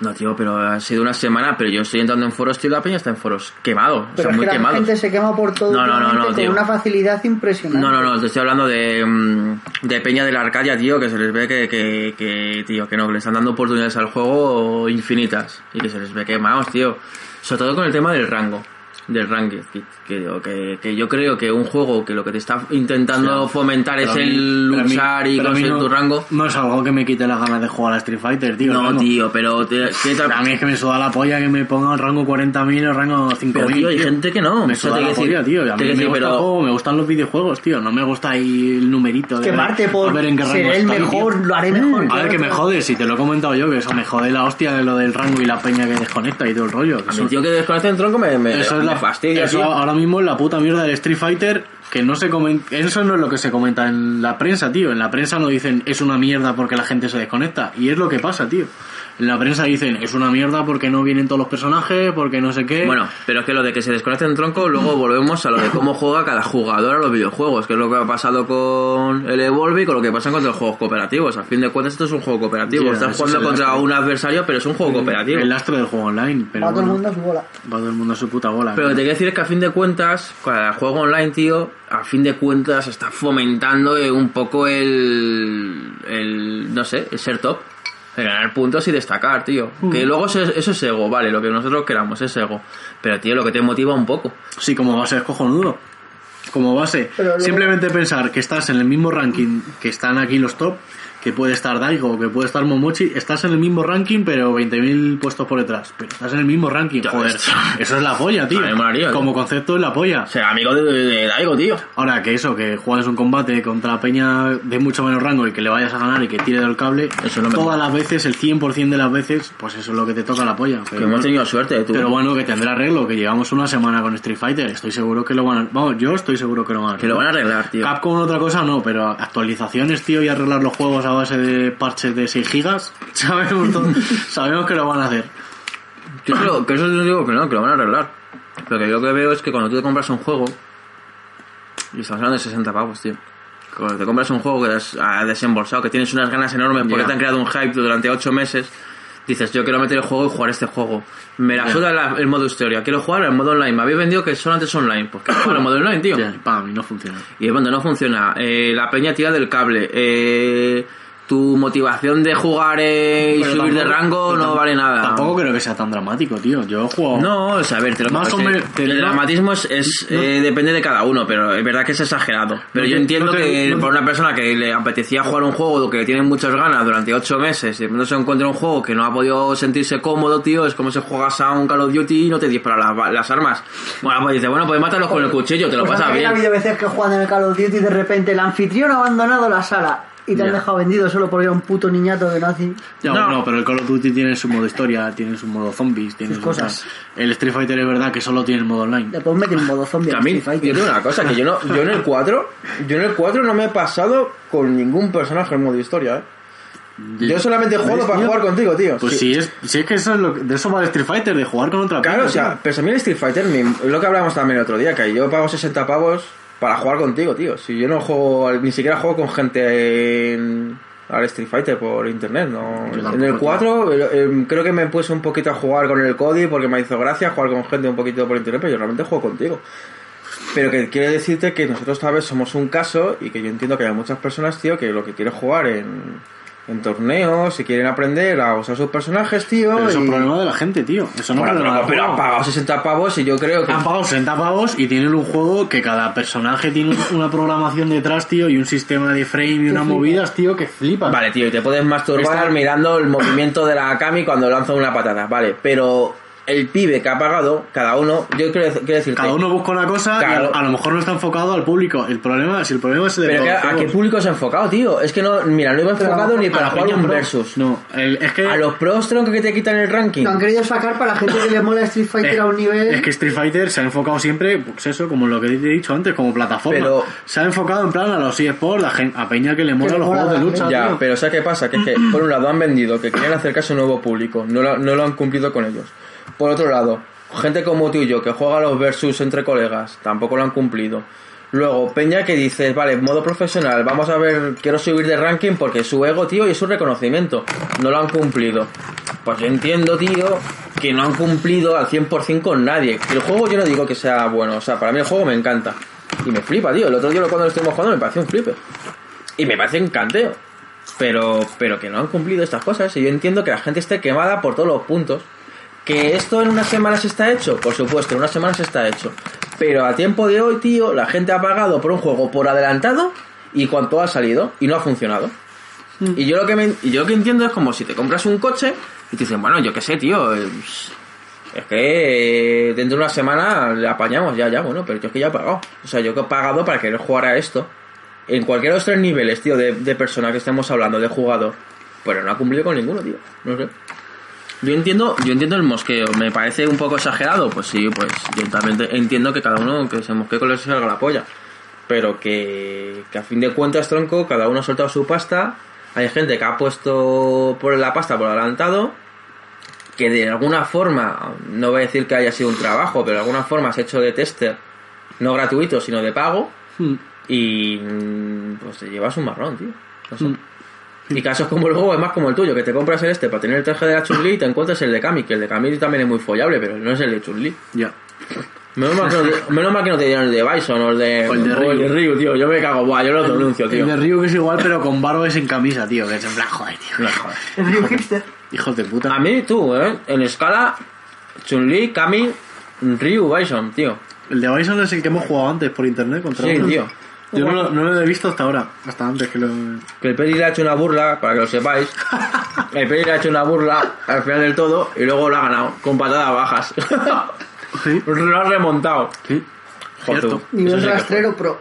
No, tío, pero ha sido una semana, pero yo estoy entrando en foros, tío, la peña está en foros quemados, o Pero sea, es muy que la quemados. gente se quema por todo No, no, no, últimamente no, con tío. una facilidad impresionante. No, no, no, te estoy hablando de, mm, de Peña de la Arcadia, tío, que se les ve que, que, que, tío, que no, que le están dando oportunidades al juego infinitas y que se les ve quemados, tío. Sobre todo con el tema del rango, del ranking, que, que, que- que yo creo que un juego que lo que te está intentando O sea, fomentar Pero es a mí- el pero a mí- luchar y pero a mí conseguir no- tu rango. No es algo que me quite las ganas de jugar a Street Fighter, tío. No, vamos. tío, pero te- ¿qué tal? A mí es que me suda la polla que me ponga el rango 40.000 o rango 5.000. Pero, tío, hay gente que no. Me O sea, suda te la quiero polla, decir- tío. A te mí me, quiero decir, gusta el pero- juego, me gustan los videojuegos, tío. No me gusta ahí el numerito. De Quemarte ver- por a ver en qué rango ser el estoy, mejor, tío. lo haré mejor. A ver, Claro, que me claro. jode, si te lo he comentado yo, que eso me jode la hostia de lo del rango y la peña que desconecta y todo el rollo. A Eso- mí, tío, que desconoce el tronco me, me, eso es me la fastidia, eso tío. ahora mismo es la puta mierda del Street Fighter que no se comen- eso no es lo que se comenta en la prensa tío en la prensa no dicen es una mierda porque la gente se desconecta y es lo que pasa tío en la prensa dicen es una mierda porque no vienen todos los personajes porque no sé qué Bueno, pero es que lo de que se desconecte en tronco, luego volvemos a lo de cómo juega cada jugador a los videojuegos, que es lo que ha pasado con el Evolve y con lo que pasa con los juegos cooperativos. A fin de cuentas, esto es un juego cooperativo. Ya, Estás eso jugando es el contra lastre. un adversario, pero es un juego cooperativo. el astro del juego online pero Va todo el bueno, mundo a su bola. va todo el mundo a su puta bola Pero ¿no? te quiero decir que a fin de cuentas, cada juego online, tío, a fin de cuentas está fomentando eh, un poco el, el no sé, el ser top, el ganar puntos y destacar, tío. Que Mm. luego eso, es- eso es ego, vale, lo que nosotros queramos es ego. Pero, tío, lo que te motiva un poco. Sí, como base es cojonudo. Como base. Pero luego- Simplemente pensar que estás en el mismo ranking que están aquí los top, que puede estar Daigo, que puede estar Momochi, estás en el mismo ranking, pero 20.000 puestos por detrás. Pero estás en el mismo ranking, Ya joder. ves. Eso es la polla, tío. A mí me molaría, como tío. concepto es la polla. O sea, amigo de, de, de Daigo, tío. Ahora que eso, que juegues un combate contra Peña de mucho menos rango y que le vayas a ganar y que tire del cable, Eso no me todas las veces, el 100% de las veces, pues eso es lo que te toca la polla. Que Pero hemos tenido suerte, tú. pero bueno, que tendrá arreglo, que llevamos una semana con Street Fighter. Estoy seguro que lo van a... Vamos, yo estoy seguro que lo van a que lo van a arreglar, tío. Capcom otra cosa no, pero actualizaciones, tío, y arreglar los juegos a base de parches de 6 gigas, sabemos, todo- sabemos que lo van a hacer. Yo creo que eso yo digo que no, que lo van a arreglar. Lo que yo que veo es que cuando tú te compras un juego, y estamos hablando de 60 pavos, tío. Cuando te compras un juego que has has desembolsado, que tienes unas ganas enormes porque Ya. te han creado un hype durante 8 meses, dices, yo quiero meter el juego y jugar este juego. Me la suda la- el modo historia, quiero jugar el modo online. Me habéis vendido que solo antes online, pues quiero jugar el modo online, tío. Ya, y pam, y no funciona. Y cuando no funciona, eh, la peña tira del cable, eh, tu motivación de jugar eh, y Pero subir de tampoco- rango pero no tam- vale nada. Tampoco creo que sea tan dramático, tío. Yo he jugado... Ah. No, o sea, a ver, te lo Más pongo, es o que menos, te- El no- dramatismo es, es, no- eh, depende de cada uno, pero es verdad que es exagerado. Pero No yo te- entiendo no te- que no te- por una persona que le apetecía jugar un juego que tiene muchas ganas durante ocho meses y de pronto se encuentra un juego que no ha podido sentirse cómodo, tío, es como si juegas a un Call of Duty y no te disparan las, las armas. Bueno, pues dices, bueno, pues mátalos con el cuchillo, te lo Pues pasas aunque bien. haya habido veces que juegan en el Call of Duty y de repente el anfitrión ha abandonado la sala y te han Ya. dejado vendido solo por ir a un puto niñato de nazi. Ya, No. no. pero el Call of Duty tiene su modo historia, tiene su modo zombies, tiene Sus sus cosas. El Street Fighter es verdad que solo tiene el modo online. Le puedes meter un modo zombie al También, Street yo Fighter. tengo una cosa, que yo no, yo en el 4, yo en el 4 no me he pasado con ningún personaje en modo historia, eh. Yo solamente ¿Ves, juego para tío? jugar contigo, tío. Pues Sí. si es, si es que eso es lo que- de eso va el Street Fighter, de jugar con otra Claro, peña, o sea, tío. pero también el Street Fighter, mi- lo que hablábamos también el otro día, que yo pago 60 pavos para jugar contigo, tío. Si yo no juego, ni siquiera juego con gente en, al Street Fighter por internet, ¿no? Yo tampoco, En el tío. 4 el- el- creo que me puse un poquito a jugar con el Cody porque me hizo gracia jugar con gente un poquito por internet, pero yo realmente juego contigo. Pero que quiero decirte que nosotros tal vez somos un caso y que yo entiendo que hay muchas personas, tío, que lo que quieren jugar en, en torneos, si quieren aprender a usar sus personajes, tío. Pero eso y- es problema de la gente, tío. Eso no es bueno, problema pero, del pero juego. han pagado 60 pavos y yo creo que... Han pagado 60 pavos y tienen un juego que cada personaje tiene una programación detrás, tío, y un sistema de frame y unas movidas, tío, que flipas. Vale, tío, y te puedes masturbar Está- mirando el movimiento de la Akami cuando lanza una patata, vale, pero el pibe que ha pagado, cada uno, yo quiero, quiero decirte. Cada uno busca una cosa y Claro. a, a lo mejor no está enfocado al público. El problema, si el problema es el de Pero que- todos, ¿a qué todos. público se ha enfocado, tío? Es que no, mira, no iba enfocado ni A la para jugar peña un pro. versus. No, el- es que. A los pros tronco que te quitan el ranking. Lo han querido sacar para la gente que le mola Street Fighter es- a un nivel. es que Street Fighter se ha enfocado siempre, pues eso, como lo que te he dicho antes, como plataforma. Pero- se ha enfocado en plan a los eSports, a, gen- a Peña que le mola le los mola juegos de la lucha. gente. Ya, tío. pero ¿sabes qué pasa? Que es que, por un lado, han vendido que quieren acercarse a un nuevo público. No lo, no lo han cumplido con ellos. Por otro lado, gente como tú y yo, que juega a los versus entre colegas, tampoco lo han cumplido. Luego, Peña que dice, vale, modo profesional, vamos a ver, quiero subir de ranking porque es su ego, tío, y es su reconocimiento. No lo han cumplido. Pues yo entiendo, tío, que no han cumplido al 100% con nadie. El juego yo no digo que sea bueno, o sea, para mí el juego me encanta. Y me flipa, tío. El otro día cuando lo estuvimos jugando me pareció un flipe. Y me parece un canteo. Pero, pero que no han cumplido estas cosas. Y yo entiendo que la gente esté quemada por todos los puntos. ¿Que esto en unas semanas está hecho? Por supuesto, en unas semanas está hecho. Pero a tiempo de hoy, tío, la gente ha pagado por un juego por adelantado y cuanto ha salido y no ha funcionado. Y yo lo que me- y yo lo que entiendo es como si te compras un coche y te dicen, bueno, yo qué sé, tío, eh, es que eh, dentro de una semana le apañamos, ya, ya, bueno, pero yo es que ya he pagado. O sea, yo que he pagado para querer jugar a esto. En cualquiera de los tres niveles, tío, de, de persona que estemos hablando, de jugador. Pero no ha cumplido con ninguno, tío. No sé. Yo entiendo, yo entiendo el mosqueo. ¿Me parece un poco exagerado? Pues sí, pues yo también te- entiendo que cada uno que se mosquee con lo que se salga la polla. Pero que, que a fin de cuentas, tronco, cada uno ha soltado su pasta. Hay gente que ha puesto por la pasta por adelantado que de alguna forma, no voy a decir que haya sido un trabajo, pero de alguna forma se ha hecho de tester, no gratuito, sino de pago, Hmm. y mm, pues te llevas un marrón, tío. No sé. Mm. Y casos como el juego, es más como el tuyo, que te compras el este para tener el traje de la Chun-Li y te encuentras el de Kami, que el de Kami también es muy follable, pero no es el de Chun-Li. Ya. Menos mal, que no te, menos mal que no te dieron el de Bison o el de, O el de o el Ryu. Ryu, tío. Yo me cago, buah, yo lo denuncio, tío. El de Ryu que es igual, pero con barba y sin camisa, tío. Que es en plan, joder, tío. joder. El Ryu Hipster. Hijos de puta. A mí, tú, ¿eh? En escala, Chun-Li, Kami, Ryu, Bison, tío. El de Bison es el que hemos jugado antes por internet contra Sí, uno. tío. Yo no lo, no lo he visto hasta ahora, hasta antes que lo. Que el Peri le ha hecho una burla, para que lo sepáis. El Peri le ha hecho una burla al final del todo y luego lo ha ganado con patadas bajas. Sí, lo ha remontado. sí, Joder, tú. Cierto. Eso Nivel sí que- rastrero pro.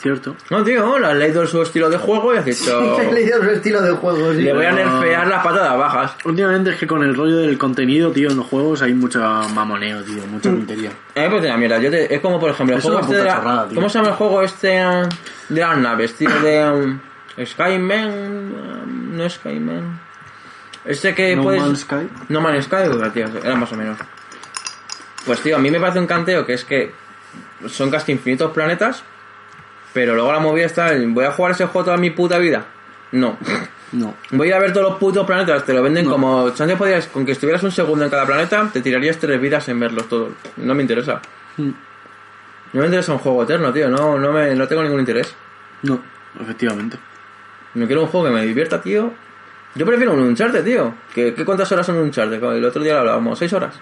cierto. No, tío, le has leído su estilo de juego y has dicho. He leído su estilo de juego, sí. Le voy a nerfear las patadas bajas. Últimamente es que con el rollo del contenido, tío, en los juegos hay mucho mamoneo, tío, mucha puntería. A mí me parece una mierda. Yo te- es como, por ejemplo, el Es juego una este de puta la- chorrada, tío. ¿Cómo se llama el juego este eh, de las naves, tío? De um, Skyman. eh, No Skyman. Este que No puedes. Man's Sky. No Man's Sky, dura, tío, era más o menos. Pues, tío, a mí me parece un canteo que es que son casi infinitos planetas, pero luego la movida está en, ¿voy a jugar ese juego toda mi puta vida? No. No. Voy a ver todos los putos planetas, te lo venden como... Chance podías, con que estuvieras un segundo en cada planeta, te tirarías tres vidas en verlos todos. No me interesa. Mm. No me interesa un juego eterno, tío. No, no, me, no tengo ningún interés. No, efectivamente. Me quiero un juego que me divierta, tío. Yo prefiero un Uncharted, tío. ¿Qué, qué cuántas horas son un Uncharted? El otro día lo hablábamos. ¿Seis horas?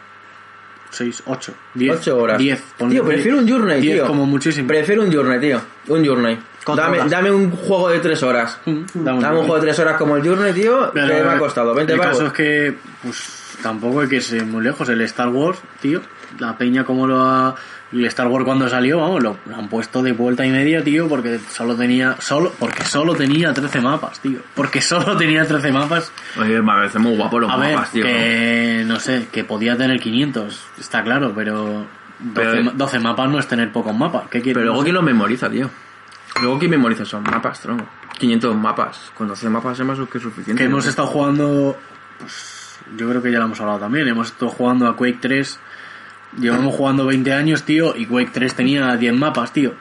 6, 8, 10. Ocho horas. 10. Tío, prefiero un Journey, tío. como muchísimo. Prefiero un Journey, tío. Un Journey. Cuatro Dame, horas. dame un juego de tres horas. Mm, dame un Dame un juego de tres horas como el Journey, tío. Pero, que me ha costado 20 El pavos. caso es que, pues, tampoco hay que irse muy lejos. El Star Wars, tío, la peña como lo ha... El Star Wars cuando salió, vamos, lo, lo han puesto de vuelta y media, tío, porque solo tenía... Solo, porque solo tenía 13 mapas, tío. Porque solo tenía 13 mapas. Oye, me parece muy guapo los A ver, mapas, tío. que... No sé, que podía tener 500, está claro, pero... 12, Pero- ma- 12 mapas no es tener pocos mapas. ¿Qué quieres? Pero luego No sé. quién los memoriza, tío. Luego quién memoriza esos mapas, tronco. 500 mapas. Con 12 mapas es más que suficiente. que hemos ¿no? estado jugando pues, yo creo que ya lo hemos hablado también hemos estado jugando a Quake 3 llevamos jugando 20 años tío y Quake 3 tenía 10 mapas tío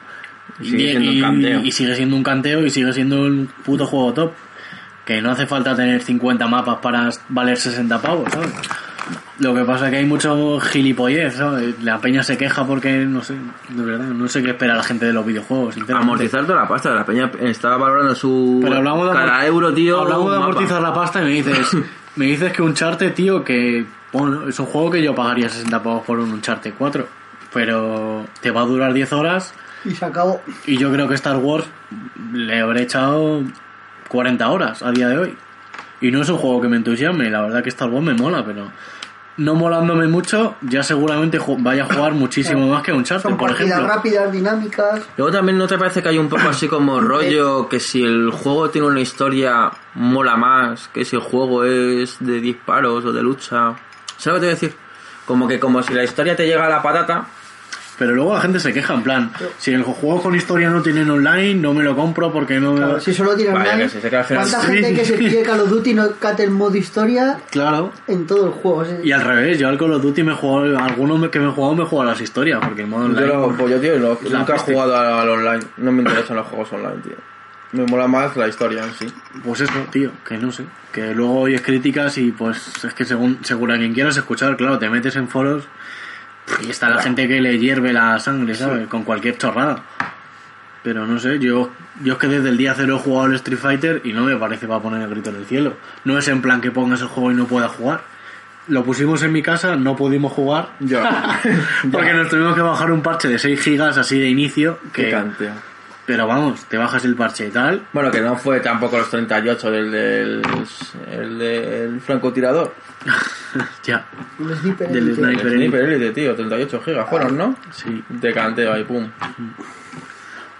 Y sigue siendo un y- canteo. y sigue siendo un canteo y sigue siendo un puto juego top que no hace falta tener 50 mapas para valer 60 pavos ¿sabes? lo que pasa es que hay mucho gilipollez ¿sabes? la peña se queja porque no sé de verdad no sé qué espera la gente de los videojuegos sinceramente. Amortizar toda la pasta. La peña estaba valorando su. Pero hablamos de Cada amor- euro, tío. Hablamos un de mapa. amortizar la pasta y me dices, me dices que un charte, tío, que bueno, es un juego que yo pagaría 60 pavos por un charte 4, pero te va a durar 10 horas Y se acabó. y yo creo que Star Wars le habré echado 40 horas a día de hoy. Y no es un juego que me entusiasme, la verdad que Star Wars me mola, pero no molándome mucho, ya seguramente ju- vaya a jugar muchísimo más que un charter, Son por partidas ejemplo. rápidas, dinámicas. Luego también no te parece que hay un poco así como rollo que si el juego tiene una historia mola más que si el juego es de disparos o de lucha. ¿Sabes lo que te voy a decir? Como que como si la historia te llega a la patata. Pero luego la gente se queja, en plan, si el juego con historia no tienen online, no me lo compro porque no... Claro, si solo tiran Vaya, online, que se- se queda al final. ¿Cuánta Sí. gente que se pide Call of Duty no cate el modo historia Claro. en todo el juego? O sea, Y al revés, yo al Call of Duty me he jugado, algunos me- que me he jugado me he jugado las historias, porque el modo online... pues yo, tío, no- La nunca he peste. jugado al al online. No me interesan los juegos online, tío. Me mola más la historia en sí. Pues eso, tío, que no sé. Que luego oyes críticas y pues es que según, según a quien quieras escuchar, claro, te metes en foros y está la gente que le hierve la sangre, ¿sabes? Con cualquier chorrada. Pero no sé, yo, yo es que desde el día cero he jugado al Street Fighter y no me parece para poner el grito en el cielo. No es en plan que pongas el juego y no puedas jugar. Lo pusimos en mi casa, no pudimos jugar. Ya. Porque nos tuvimos que bajar un parche de 6 gigas así de inicio. Qué Que, cantidad. pero vamos, te bajas el parche y tal. Bueno, que no fue tampoco los 38 del, del, el del francotirador. Ya. el sniper Del elite. sniper. El Sniper Elite, tío, 38 gigas fueron, ¿no? Sí. Te canteo ahí, pum.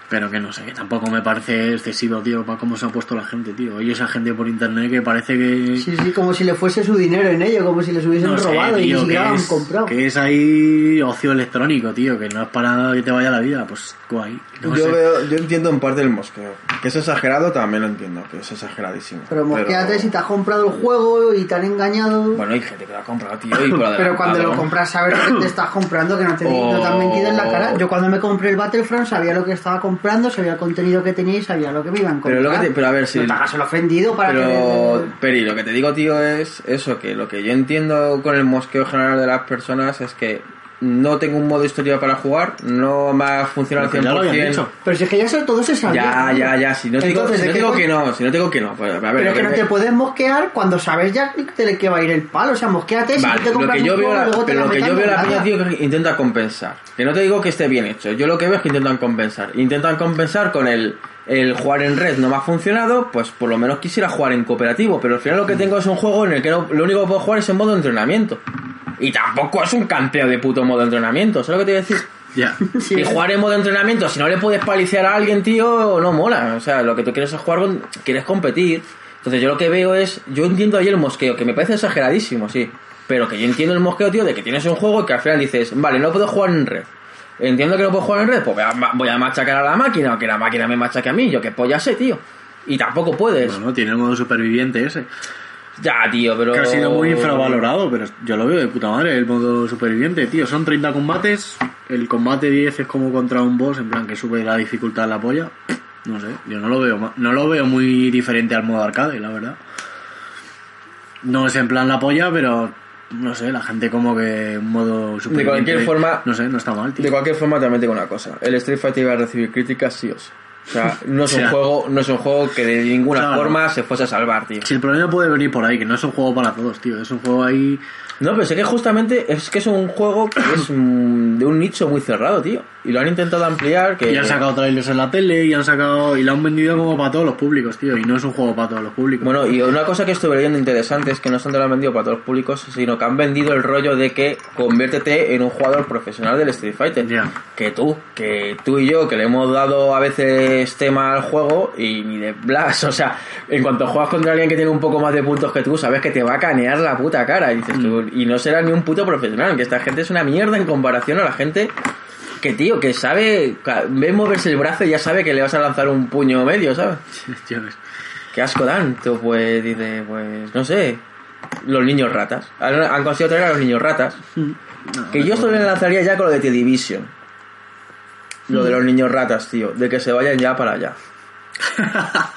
Pero que no sé, que tampoco me parece excesivo, tío, para cómo se ha puesto la gente, tío. Y esa gente por internet que parece que. Sí, sí, como si le fuese su dinero en ello, como si les hubiesen no sé, robado y ni tío, siquiera que lo han es, comprado. que es ahí ocio electrónico, tío, que no es para que te vaya la vida, pues guay. No sé. veo, yo entiendo en parte el mosqueo. Que es exagerado, también lo entiendo, que es exageradísimo. Pero mosquéate si te has comprado el juego y te han engañado. Bueno, hay gente que lo ha comprado, tío, y por pero cuando adelantado. lo compras sabes lo que te estás comprando, que no te, no te han mentido en la Oh. cara. Yo cuando me compré el Battlefront sabía lo que estaba comprando, sabía el contenido que tenía y sabía lo que me iban a Pero comprar. lo que te- pero a ver, si- Me pagas el ofendido para Pero, que... Peri, lo que te digo, tío, es eso, que lo que yo entiendo con el mosqueo general de las personas es que no tengo un modo historia para jugar, no me ha funcionado al Pero que 100%. ya lo habían dicho. Pero si es que ya eso todo se sabía. Ya, ¿no? ya, ya, si no te digo, Entonces, si ¿de no qué digo coño? que no, si no te digo que no, pues, a ver, Pero lo que no me- te puedes mosquear cuando sabes ya que te le- que va a ir el palo. O sea, mosqueate si Vale, no te lo compras que un yo veo, juego, la, luego te pero la lo que yo metan veo la con peña, nada. tío, es que intenta compensar. Que no te digo que esté bien hecho. Yo lo que veo es que intentan compensar. Intentan compensar con el, el jugar en red no me ha funcionado, pues por lo menos quisiera jugar en cooperativo. Pero al final Mm. lo que tengo es un juego en el que no- lo único que puedo jugar es en modo entrenamiento. Y tampoco es un campeo de puto modo entrenamiento. ¿Sabes lo que te voy a decir? Ya. Sí, Y jugar en modo entrenamiento, si no le puedes paliciar a alguien, tío, no mola. O sea, lo que tú quieres es jugar, con- quieres competir. Entonces yo lo que veo es, yo entiendo ahí el mosqueo, que me parece exageradísimo, sí. Pero que yo entiendo el mosqueo, tío, de que tienes un juego y que al final dices, vale, no puedo jugar en red. Entiendo que no puedo jugar en red, pues voy a, ma- voy a machacar a la máquina, o que la máquina me machaque a mí, yo qué polla sé, tío. Y tampoco puedes. Bueno, tiene el modo superviviente ese. Ya, tío, pero... Que ha sido muy infravalorado, pero yo lo veo de puta madre, el modo superviviente, tío. Son 30 combates, el combate 10 es como contra un boss, en plan que sube la dificultad a la polla. No sé, yo no lo veo ma- no lo veo muy diferente al modo arcade, la verdad. No es en plan la polla, pero no sé, la gente como que un modo superviviente. cualquier forma- No sé, no está mal, De tío. cualquier forma, también tengo una cosa. El Street Fighter va a recibir críticas sí o sí. O sea, no es, O un sea. juego, no es un juego que de ninguna Claro. forma se fuese a salvar, tío. Si el problema puede venir por ahí, que no es un juego para todos, tío. Es un juego ahí. No, pero sé que justamente es que es un juego que es mm, de un nicho muy cerrado, tío. Y lo han intentado ampliar, que... Y han sacado trailers en la tele y han sacado. Y lo han vendido como para todos los públicos, tío. Y no es un juego para todos los públicos. Bueno, y una cosa que estuve leyendo interesante es que no solo lo han vendido para todos los públicos, sino que han vendido el rollo de que conviértete en un jugador profesional del Street Fighter. Ya. Que tú, que tú y yo, que le hemos dado a veces tema al juego y ni de blas. O sea, en cuanto juegas contra alguien que tiene un poco más de puntos que tú, sabes que te va a canear la puta cara. Y, dices tú, y no será ni un puto profesional, que esta gente es una mierda en comparación a la gente que, tío, que sabe, ca- ve moverse el brazo y ya sabe que le vas a lanzar un puño medio, ¿sabes? Ya ves. Qué asco tanto, pues dice, pues no sé. Los niños ratas. Han, han conseguido traer a los niños ratas. que yo solo le lanzaría ya con lo de The Division. Lo de los niños ratas, tío. De que se vayan ya para allá.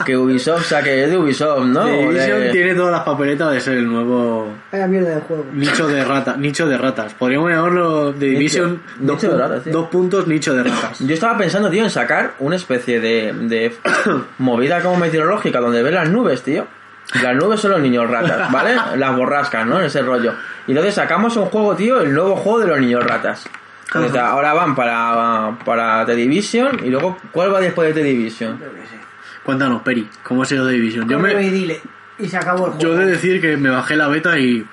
que Ubisoft saque es de Ubisoft, ¿no? The Division De- Eh, tiene todas las papeletas de ser el nuevo Vaya mierda de juego. nicho de ratas, nicho de ratas. Podríamos llamarlo The Division Nicho dos, de pun- ratas, sí. dos puntos nicho de ratas. Yo estaba pensando, tío, en sacar una especie de, de movida como meteorológica donde ves las nubes, tío. Las nubes son los niños ratas, ¿vale? Las borrascas, ¿no? Ese rollo. Y entonces sacamos un juego, tío, el nuevo juego de los niños ratas. Entonces, ahora van para, para The Division y luego, ¿cuál va después de The Division? Cuéntanos, Peri, ¿cómo ha sido The Division? Yo Cómpralo y me dile. Y se acabó el yo he juego. de decir que me bajé la beta y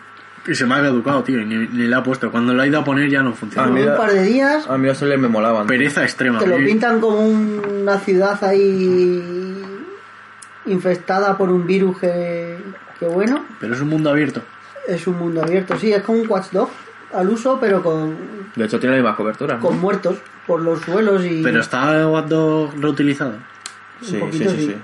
Y se me ha caducado, tío, y ni, ni le ha puesto. Cuando lo ha ido a poner ya no Ah, funciona. mira. un par de días A mí los trailers me molaban. Pereza extrema. te lo Y- pintan como un- una ciudad ahí infestada por un virus que, que bueno, Pero es un mundo abierto. es un mundo abierto. Sí, es como un watchdog al uso, pero con, De hecho, tiene la misma cobertura. con muertos por los suelos y... Pero está el Watch Dogs reutilizado. Sí, un sí, poquito, sí, sí. sí.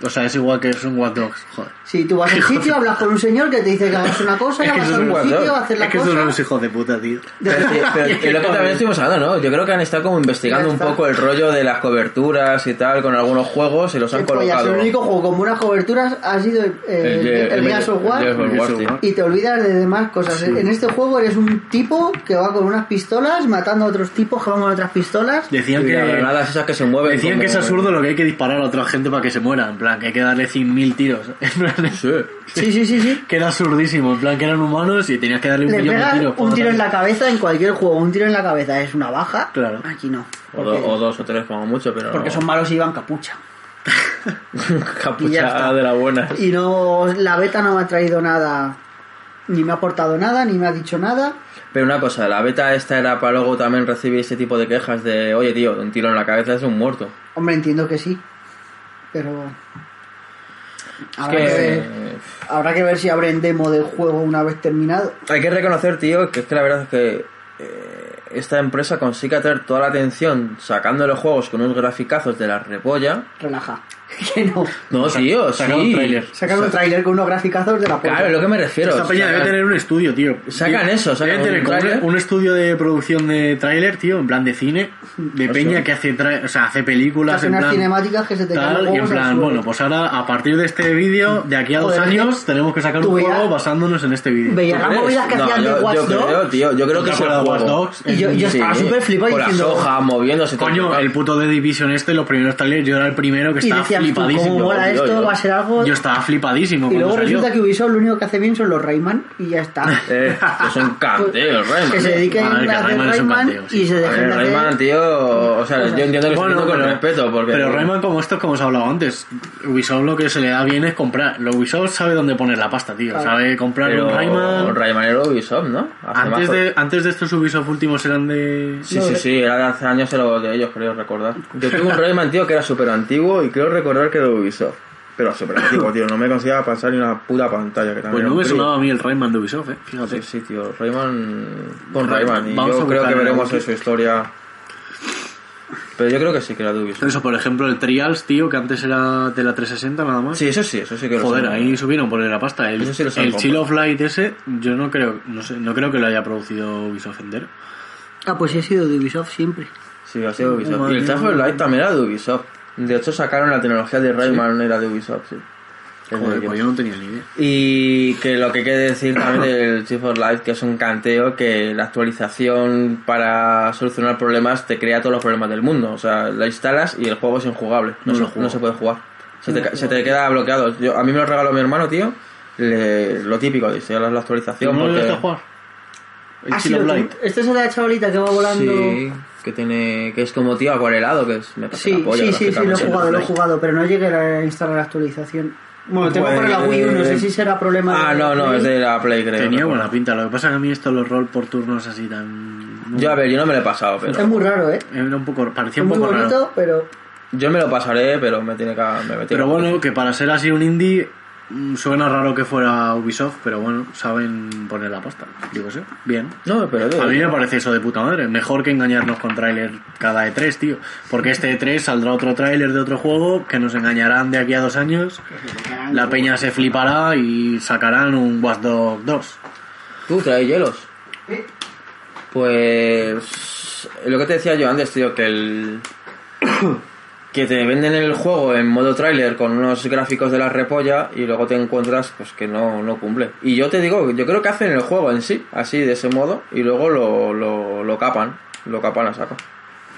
O sea, es igual que es un Watch Dogs, joder. Si tú vas a un sitio, hablas con un señor que te dice que hagas una cosa, Es que vas eso es a un un sitio, guardado. haces la es que cosa. son unos hijos de puta, tío. Pero, sí, pero es lo que también estuvimos hablando, ¿no? Yo creo que han estado como investigando Ya un está. poco el rollo de las coberturas y tal con algunos juegos y los han Qué pollas, colocado. el único juego con buenas coberturas ha sido eh, el, Gears- el Gears of War, Gears of War, el Gears of sí. War. y te olvidas de demás cosas. En este juego eres un tipo que va con unas pistolas matando a otros tipos que van con otras pistolas. Decían Y que. las granadas esas que se mueven. Decían como- que es absurdo lo que hay que disparar a otra gente para que se muera, en plan, que hay que darle 100.000 tiros. En plan, es- Sí. Sí, sí, sí, sí. que era absurdísimo, en plan, que eran humanos y tenías que darle un Le millón de pegas tiros. para un tiro en la matarle. cabeza en cualquier juego. Un tiro en la cabeza es una baja. Claro. Aquí no. O, Porque, do- o dos o tres como mucho, pero porque no. son malos y van capucha. y ya capucha está. de la buena. Y no, la beta no me ha traído nada. Ni me ha aportado nada, ni me ha dicho nada. Pero una cosa, la beta esta era para luego también recibir ese tipo de quejas de, oye tío, un tiro en la cabeza es un muerto. Hombre, entiendo que sí. Pero. Es Habrá que, ver, que habrá que ver si abren demo del juego una vez terminado. hay que reconocer, tío, que es que la verdad es que eh, esta empresa consigue atraer toda la atención sacando los juegos con unos graficazos de la repolla. Relaja. Que no. No, tío, sacar sí. un tráiler. Sacan un tráiler con unos graficazos de la puta. Claro, es lo que me refiero. Esta peña debe Sacan- tener un estudio, tío. Sacan Debe- eso, sacan debe tener un como tráiler. un estudio de producción de tráiler, tío, en plan de cine, de Eso. peña que hace, tra- o sea, hace películas, Hacen en unas plan... cinemáticas que se te caen los tal, y en huevos al plan, suelo. bueno, pues ahora a partir de este vídeo, de aquí a dos Joder, ¿eh? años, tenemos que sacar un tú veías- juego basándonos en este vídeo. Veía ¿Tú las crees? movidas que No, hacían de yo- Watch yo creo, Dogs. tío, yo creo ¿No que te es el acuerdas de Watch juego. Dogs? eh, Y yo, yo Sí, estaba súper flipado con diciendo. las hojas moviéndose. Coño, todo. el puto de Division este, los primeros trailers, yo era el primero que y estaba decían, tú, ¿cómo flipadísimo. mola yo- esto? yo- Va a ser algo. Yo estaba flipadísimo y cuando luego salió. resulta que Ubisoft lo único que hace bien son los Rayman y ya está. Eh, es un canteo, el Rayman. que se dediquen A ver, que a hacer Rayman es un Rayman canteo, sí. y se A ver, dejen de hacer. Rayman, tío, o sea, yo entiendo que lo estoy Bueno, diciendo con pero- respeto, porque... Pero Rayman como esto, como os he hablado antes, Ubisoft lo que se le da bien es comprar. Lo Ubisoft sabe dónde poner la pasta, tío. Claro. Sabe comprar pero un Rayman. Rayman era Ubisoft, ¿no? Hace Antes mazo- de, antes de estos Ubisoft últimos eran de... Sí, sí, sí, era de hace años era de ellos, creo recordar. Yo tuve un Rayman, tío, que era súper antiguo y creo recordar que era de Ubisoft. Pero súper antiguo, tío, no me conseguía pasar ni una puta pantalla. Que también era Pues no un me crío. sonaba a mí el Rayman de Ubisoft, eh. Sí, Fíjate. sí, tío, Rayman con Rayman. Y Vamos a yo creo que buscar en la veremos en wiki. su historia. Pero yo creo que sí que era de Ubisoft. Eso, por ejemplo, el Trials, tío, que antes era de la 360 nada más. Sí, eso sí, eso sí que lo Joder, sé. ahí subieron por la pasta. El, Eso sí lo saben el Chill comprar. of Light ese, yo no creo, no sé, no creo que lo haya producido Ubisoft entero. Ah, pues he sido de Ubisoft siempre. Sí, ha sido Ubisoft. Madre y el Tales of mía. Light también era de Ubisoft. De hecho, sacaron la tecnología de Rayman, era de Ubisoft, sí. Es de Joder, ellos. pues yo no tenía ni idea. Y que lo que quiere decir también del Chief of Light, que es un canteo que la actualización para solucionar problemas te crea todos los problemas del mundo. O sea, la instalas y el juego es injugable. No, No se, lo juego. no se puede jugar. Se, te, ca- se te queda bloqueado. Yo, a mí me lo regaló mi hermano, tío. le- lo típico, dice, ahora es la actualización. ¿No lo porque- llegaste a jugar? El Ah, sí, Chill of lo Light. tengo. Esta es la chavalita que va volando. Sí, que tiene. que es como tío acuarelado, que es. Me Sí, sí, sí, sí, lo he jugado, lo he jugado, pero no llegué a instalar la actualización. Pues, Bueno, tengo Bueno, para la Wii U, no eh, sé si será problema Ah, de- no, no, es de la Play, creo. Tenía no. buena pinta, lo que pasa es que a mí esto los rol por turnos así tan... Yo, a ver, yo no me lo he pasado, Es pero. muy raro, ¿eh? Era un poco, parecía Es un muy poco bonito, raro. pero Yo me lo pasaré, pero me tiene que. Me me tiene Pero que- bueno, que para ser así un indie mm, suena raro que fuera Ubisoft, pero bueno, saben poner la pasta, digo sé, bien. No, pero. A mí me parece eso de puta madre. Mejor que engañarnos con tráiler cada E3, tío. Porque este E3 saldrá otro tráiler de otro juego que nos engañarán de aquí a dos años. La peña se flipará y sacarán un Watch Dogs 2. Tú traes hielos. Pues lo que te decía yo antes, tío, que el que te venden el juego en modo tráiler con unos gráficos de la repolla y luego te encuentras pues que no, no cumple. Y yo te digo, yo creo que hacen el juego en sí, así de ese modo, y luego lo, lo, lo capan, lo capan a saco.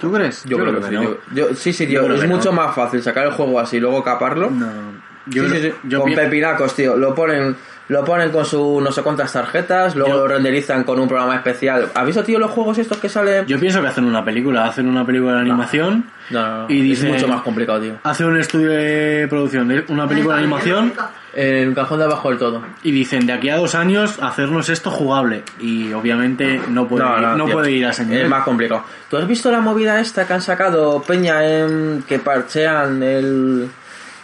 ¿Tú crees? Yo, creo, que, sí. Yo, yo- sí, sí, tío, Yo creo es que no. mucho más fácil sacar el juego así y luego caparlo. No. Yo Sí, creo- sí, sí. yo con pi- pepinacos, tío. Lo ponen. Lo ponen con su no sé cuántas tarjetas, luego Yo- lo renderizan con un programa especial. ¿Has visto, tío, los juegos estos que salen? Yo pienso que hacen una película, hacen una película de animación, No, no, no, Y dice- es mucho más complicado, tío. hacen un estudio de producción, de una película de animación El cajón de abajo del todo. y dicen de aquí a dos años hacernos esto jugable. Y obviamente no puede, ir- no tío. puede ir a ese nivel. Es más complicado. ¿Tú has visto la movida esta que han sacado Peña en que parchean el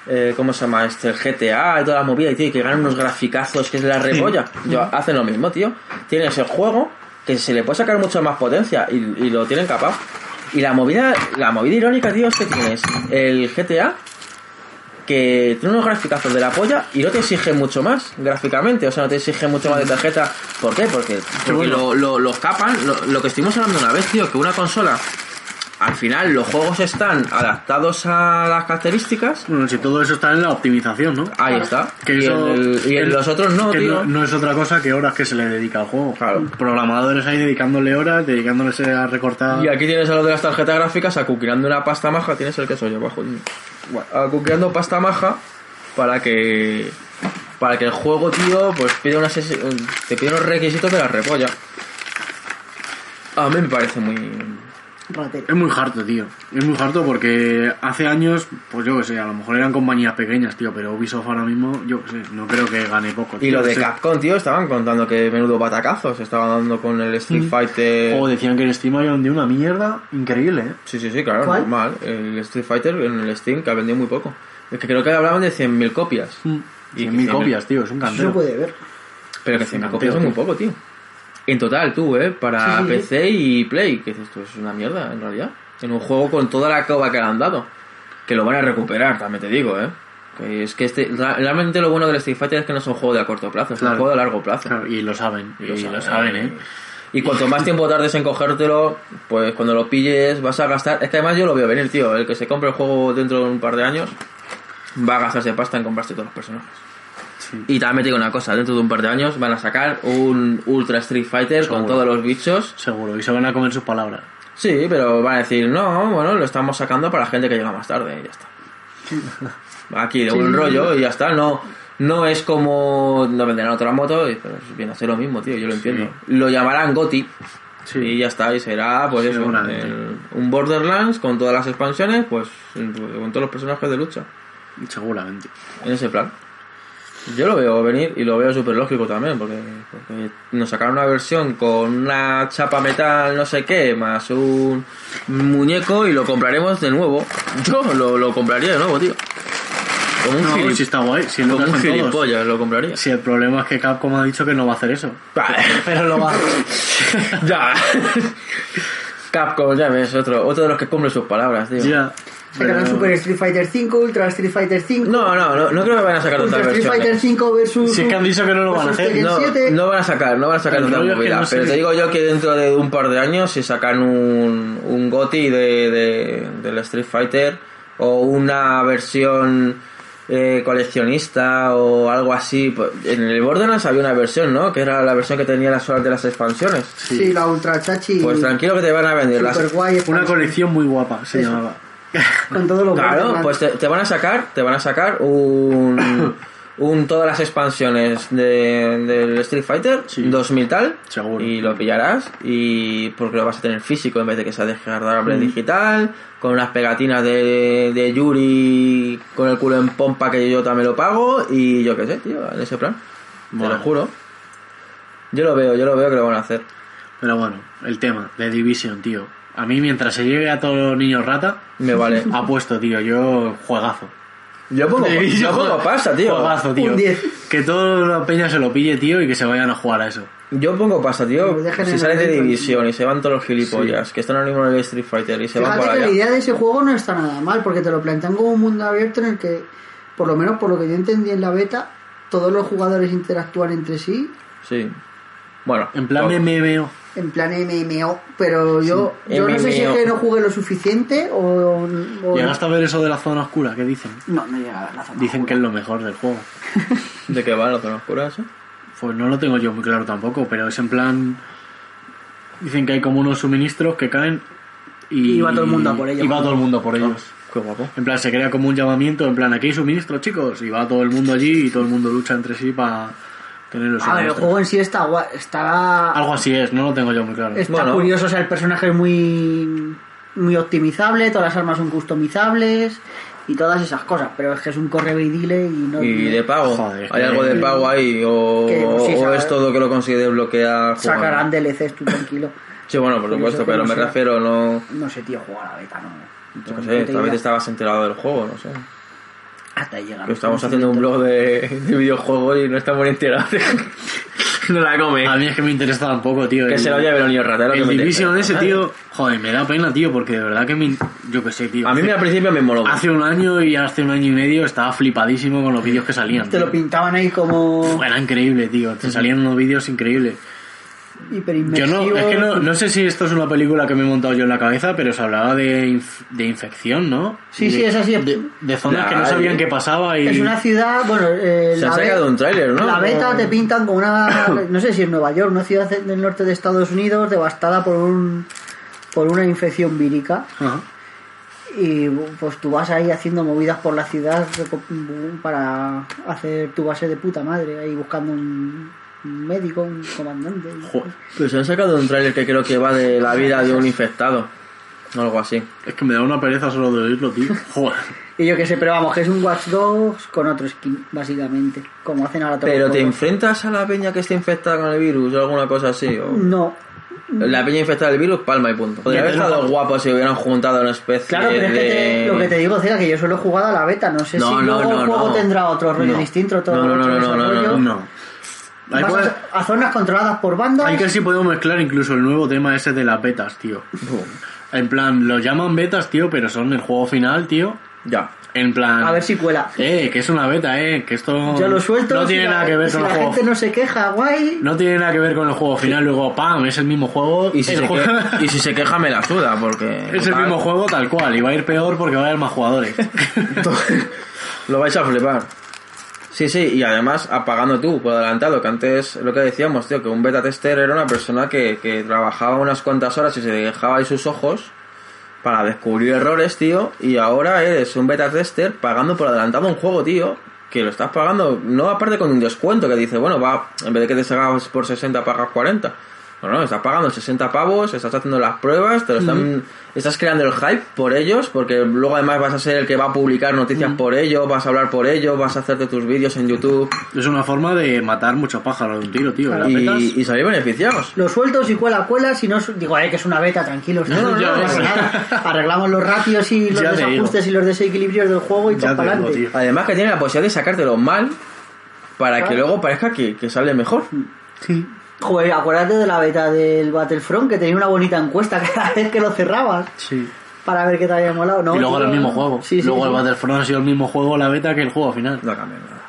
eh, ¿cómo se llama? Este el GTA y toda la movida y tío, y que ganan unos graficazos que es la rebolla. Yo- hacen lo mismo, tío. Tienes el juego que se le puede sacar mucha más potencia y, y lo tienen capaz. Y la movida, la movida irónica, tío, es que tienes el GTA que tiene unos graficazos de la polla y no te exige mucho más gráficamente, o sea, no te exige mucho más de tarjeta. ¿Por qué? Porque, porque bueno. lo, lo, lo capan, lo, lo que estuvimos hablando una vez, tío, que una consola, al final los juegos están adaptados a las características, Bueno, si todo eso está en la optimización, ¿no? ahí está. Que y eso- en, el- y en el- los otros no, que tío. no, no es otra cosa que horas que se le dedica al juego. Claro. Programadores ahí dedicándole horas, dedicándoles a recortar. Y aquí tienes a los de las tarjetas gráficas acuquirando una pasta maja, tienes el que soy yo bajo. Bueno, Acuquirando pasta maja para que para que el juego, tío, pues pide unas es- te pide unos requisitos de la repolla. A mí me parece muy Ratero. Es muy harto, tío. Es muy harto porque hace años, pues yo que sé, a lo mejor eran compañías pequeñas, tío, pero Ubisoft ahora mismo, yo que sé, no creo que gane poco. y tío, lo de sí. Capcom, tío, estaban contando que menudo batacazos estaban dando con el Street Fighter. O Oh, decían que el Steam había vendido una mierda increíble, ¿eh? Sí, sí, sí, claro, ¿Cuál? normal. El Street Fighter en el Steam que ha vendido muy poco. Es que creo que hablaban de 100.000 copias. Mm. Y Y que mil tiene- copias, tío, es un Eso se cantero. puede ver. Pero que 100.000 Campeón, copias es muy tío. poco, tío. En total, tú, ¿eh? Para Sí, sí, sí. PC y Play. Que dices tú, es una mierda, en realidad. En un juego con toda la coba que le han dado. Que lo van a recuperar, también te digo, ¿eh? Que es que este, ra- realmente lo bueno del Street Fighter es que no es un juego de a corto plazo, es Claro. un juego de largo plazo. Claro, y lo saben, y, lo, saben, ¿eh? Y cuanto más tiempo tardes en cogértelo, pues cuando lo pilles vas a gastar. Es que además yo lo veo venir, tío. El que se compre el juego dentro de un par de años va a gastarse pasta en comprarse todos los personajes. Sí. Y también te digo una cosa: dentro de un par de años van a sacar un Ultra Street Fighter con Seguro. todos los bichos. Seguro, y se van a comer sus palabras. Sí, pero van a decir, no, bueno, lo estamos sacando para la gente que llega más tarde y ya está. Aquí de un rollo y ya está, no no es como no venderán otra moto, y- pero viene a ser lo mismo, tío, yo lo entiendo. Lo llamarán Goti Sí. y ya está, y será pues eso, Seguramente. el- un Borderlands con todas las expansiones, pues con todos los personajes de lucha, Seguramente. en ese plan. Yo lo veo venir y lo veo súper lógico también, porque, porque nos sacaron una versión con una chapa metal, no sé qué, más un muñeco y lo compraremos de nuevo. Yo lo, lo compraría de nuevo, tío. Como un, No, gilip- si está guay, si es lo como que un hacen todos. gilipollas lo compraría. Si el problema es que Capcom ha dicho que no va a hacer eso. Pero lo va. ya. Capcom, ya ves, otro, otro de los que cumple sus palabras, tío. Ya. Sacarán pero- Super Street Fighter 5, Ultra Street Fighter 5. No, no, no, no creo que vayan a sacar Ultra otra Street versión. eh. Fighter 5 versus. Si es que han dicho que no lo van a versus hacer, Tekken No, 7. no van a sacar, no van a sacar El otra rollo es que movida. no sé pero te si- digo yo que dentro de un par de años, si sacan un, un GOTI de, de, del Street Fighter o una versión eh, coleccionista o algo así. pues, En el Borderlands había una versión, ¿no? Que era la versión que tenía las horas de las expansiones. Sí. la Ultra Chachi. Pues tranquilo que te van a vender las. Super guay. Una colección muy guapa se Eso. llamaba. Con todo lo Claro, Borderlands. pues te, te van a sacar, te van a sacar un. Un, todas las expansiones de, del Street Fighter, Sí. 2000 tal, Seguro. y lo pillarás, y porque lo vas a tener físico en vez de que sea descargable digital, con unas pegatinas de, de Yuri con el culo en pompa que yo también lo pago, y yo qué sé, tío, en ese plan. Te Mola. lo juro. Yo lo veo, yo lo veo que lo van a hacer. Pero bueno, el tema de Division, tío. A mí mientras se llegue a todos los niños rata, Me vale. apuesto, tío, yo juegazo. Yo pongo, yo pongo pasta, tío. Juegazo, tío. Un 10. Que toda la peña se lo pille, tío, y que se vayan a jugar a eso. Yo pongo pasta, tío. Pero dejen Si el sales de momento. división y se van todos los gilipollas, que están ahora mismo en el Street Fighter y se van Fíjate para que la allá. idea de ese juego no está nada mal, porque te lo plantean como un mundo abierto en el que, por lo menos por lo que yo entendí en la beta, todos los jugadores interactúan entre sí, Sí. Bueno. oh, En plan ok. de MMO. en plan MMO, pero yo, Sí, yo no sé si es MMO. que no jugué lo suficiente o... o- ¿Llegaste a ver eso de la zona oscura? ¿Qué dicen? No, no llegaba a la zona. Dicen que es lo mejor del juego. ¿De qué va la zona oscura eso? Pues no lo tengo yo muy claro tampoco, pero es en plan... Dicen que hay como unos suministros que caen y... Y va todo el mundo a por ellos. Ah. Y va todo el mundo por ellos. Qué guapo. En plan, se crea como un llamamiento, en plan, aquí hay suministro, chicos, y va todo el mundo allí y todo el mundo lucha entre sí para Tenerlo sin A ver, el extras. juego en sí está gua- está Algo así es, no lo tengo yo muy claro. Está Bueno. curioso, o sea, el personaje es muy, muy optimizable, todas las armas son customizables y todas esas cosas, pero es que es un correo y dile y no... Y no- de pago. Joder, Hay que- algo de pago ahí. O, Que, pues, sí, o sabe. es todo que lo considere bloquear. jugando. sacarán DLCs, tú tranquilo. Sí, bueno, por Curioso supuesto, que pero no me sea. refiero, no. No sé, tío, juega a la beta, no. Yo qué No sé, te tal vez digas. estabas enterado del juego, no sé. Hasta ahí llegamos. Que estamos haciendo un blog de, de videojuegos y no estamos enterados. no la come. A mí es que me interesa tampoco, tío. Que el- se lo lleve el niño ratero. que El me interesa. Division ese, tío. Joder, me da pena, tío, porque de verdad que me. Yo qué sé, tío. A mí me- al principio me moló. Hace un año y hace un año y medio estaba flipadísimo con los vídeos que salían. Te lo tío. pintaban ahí como Uf, Era increíble, tío. Te salían unos vídeos increíbles. Yo hiperinmersivos. no, es que no, no sé si esto es una película que me he montado yo en la cabeza, pero se hablaba de, inf- de infección, ¿no? Sí, De- sí, es así. es- De, de zonas que no Claro. sabían qué pasaba y. Es una ciudad, bueno, eh, Se la ha ve- sacado un tráiler, ¿no? La beta No. te pintan con una, no sé si es Nueva York, una ciudad del norte de Estados Unidos devastada por un por una infección vírica Ajá. y pues tú vas ahí haciendo movidas por la ciudad reco- para hacer tu base de puta madre, ahí buscando un un médico, un comandante. Joder, Pues se han sacado un tráiler que creo que va de la vida de un infectado. O algo así. Es que me da una pereza solo de oírlo, tío. Joder. Y yo qué sé, pero vamos, que es un Watch Dogs con otro skin, básicamente, como hacen ahora todos Pero los te juegos. enfrentas a la peña que está infectada con el virus o alguna cosa así. O... No, La peña infectada del virus, palma y punto. Podría haber estado guapo si hubieran juntado una especie Claro, pero es que te- de... lo que te digo, Cega, que yo solo he jugado a la beta. No sé No, si no, luego no, el juego no. tendrá otro rollo No. distinto, otro, No, no, no, otro no, no, no, desarrollo. No. Ahí Vas puede- a, a zonas controladas por bandas. Hay que ver si podemos mezclar incluso el nuevo tema ese de las betas, tío. En plan, lo llaman betas, tío, pero son el juego final, tío. Ya. En plan... A ver si cuela. Eh, que es una beta, eh, que esto... Yo lo suelto. No si tiene la- nada que ver si con el la juego. gente no se queja, guay. No tiene nada que ver con el juego final, luego, pam, es el mismo juego. Y si, el se juego- que- y si se queja me la suda, porque... Es el Ah. total, mismo juego tal cual, y va a ir peor porque va a haber más jugadores. Lo vais a flipar. Sí, sí, y además apagando tú, por adelantado, que antes lo que decíamos, tío, que un beta tester era una persona que, que trabajaba unas cuantas horas y se dejaba ahí sus ojos para descubrir errores, tío, y ahora eres un beta tester pagando por adelantado un juego, tío, que lo estás pagando, no aparte con un descuento que dice, bueno, va, en vez de que te salgas por 60 pagas 40. No, no, estás pagando 60 pavos, estás haciendo las pruebas, te lo están, estás creando el hype por ellos, porque luego además vas a ser el que va a publicar noticias por ellos, vas a hablar por ellos, vas a hacerte tus vídeos en YouTube es una forma de matar muchos pájaros de un tiro, tío. Las betas... y, y salir beneficiados. Lo suelto si cuela, cuela. Si no, su- digo, eh, que es una beta, tranquilos. No, no, tíos, ya pasa ves. nada. Arreglamos los ratios y los Ya te digo. desajustes y los desequilibrios del juego y Ya para te digo, adelante. tío. Además que tiene la posibilidad de sacártelo mal para que luego parezca que, que sale mejor. Joder, acuérdate de la beta del Battlefront que tenía una bonita encuesta cada vez que lo cerrabas. Sí. para ver qué te había molado, ¿no? y luego tío? era el mismo juego. Sí, sí, luego sí. el Battlefront ha sido el mismo juego la beta que el juego final. No cambia nada.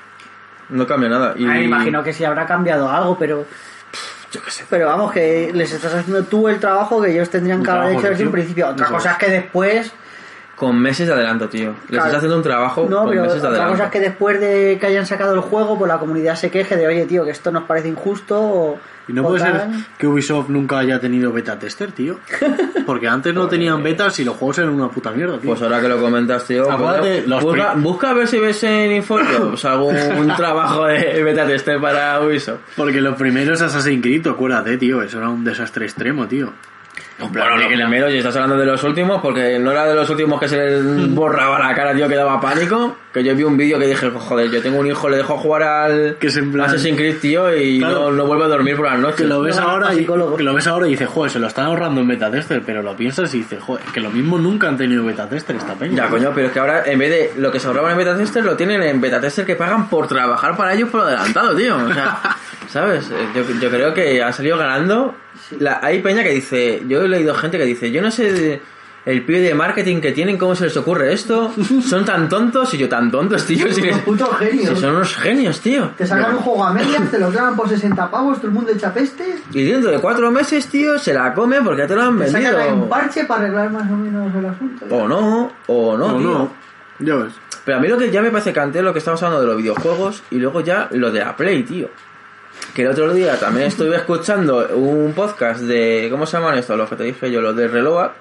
No cambia nada. Y... Ah, me imagino que sí habrá cambiado algo, pero. Pero vamos, que les estás haciendo tú el trabajo que ellos tendrían Un que haber trabajo hecho que desde un yo- principio. Otra eso cosa es que después. Con meses de adelanto, tío. Le Claro. estás haciendo un trabajo No, con pero Oh, pues meses de otra adelanto. cosa es que después de que hayan sacado el juego, pues la comunidad se queje de, oye, tío, que esto nos parece injusto. O, Y no o puede ser tal". que Ubisoft nunca haya tenido beta tester, tío. Porque antes no tenían betas y los juegos eran una puta mierda, tío. Pues ahora que lo comentas, tío. Acuérdate, bueno, los busca, pri- busca a ver si ves en Infojobs algún trabajo de beta tester para Ubisoft. Porque los primeros Assassin's Creed, tú acuérdate, tío, eso era un desastre extremo, tío. En plan, Bueno, de lo que la- primero, y estás hablando de los últimos, porque no era de los últimos que se les borraba la cara, tío, que daba pánico. Que yo vi un vídeo que dije, joder, yo tengo un hijo, le dejo jugar al Que es en plan- Assassin's Creed, tío, y no, Claro. no vuelve a dormir por las noches. que lo ves No, no, ahora y psicólogo. que lo ves ahora y dices, joder, se lo están ahorrando en beta tester, pero lo piensas y dices, joder, que lo mismo nunca han tenido beta tester esta peña. Ya, coño, pero es que ahora en vez de lo que se ahorraban en beta tester, lo tienen en beta tester que pagan por trabajar para ellos por adelantado, tío. O sea, ¿sabes? Eh, Yo, yo creo que ha salido ganando. La- hay peña que dice, yo he leído gente que dice, yo no sé de- el pibe de marketing que tienen, cómo se les ocurre esto. Son tan tontos y yo tan tontos, tío. Si, Unos putos si genios. son unos genios, tío. Te sacan un juego a medias, te lo clavan por 60 pavos, todo el mundo echa pestes. Y dentro de cuatro meses, tío, se la comen porque ya te lo han Te sacan ahí un vendido. parche para arreglar más o menos el asunto. O no, o no, O tío. no. Ya ves. Pero a mí lo que ya me parece cante es lo que estamos hablando de los videojuegos y luego ya lo de la Play, tío. Que el otro día también estuve escuchando un podcast de. ¿Cómo se llaman estos? Los que te dije yo, los de Reloa.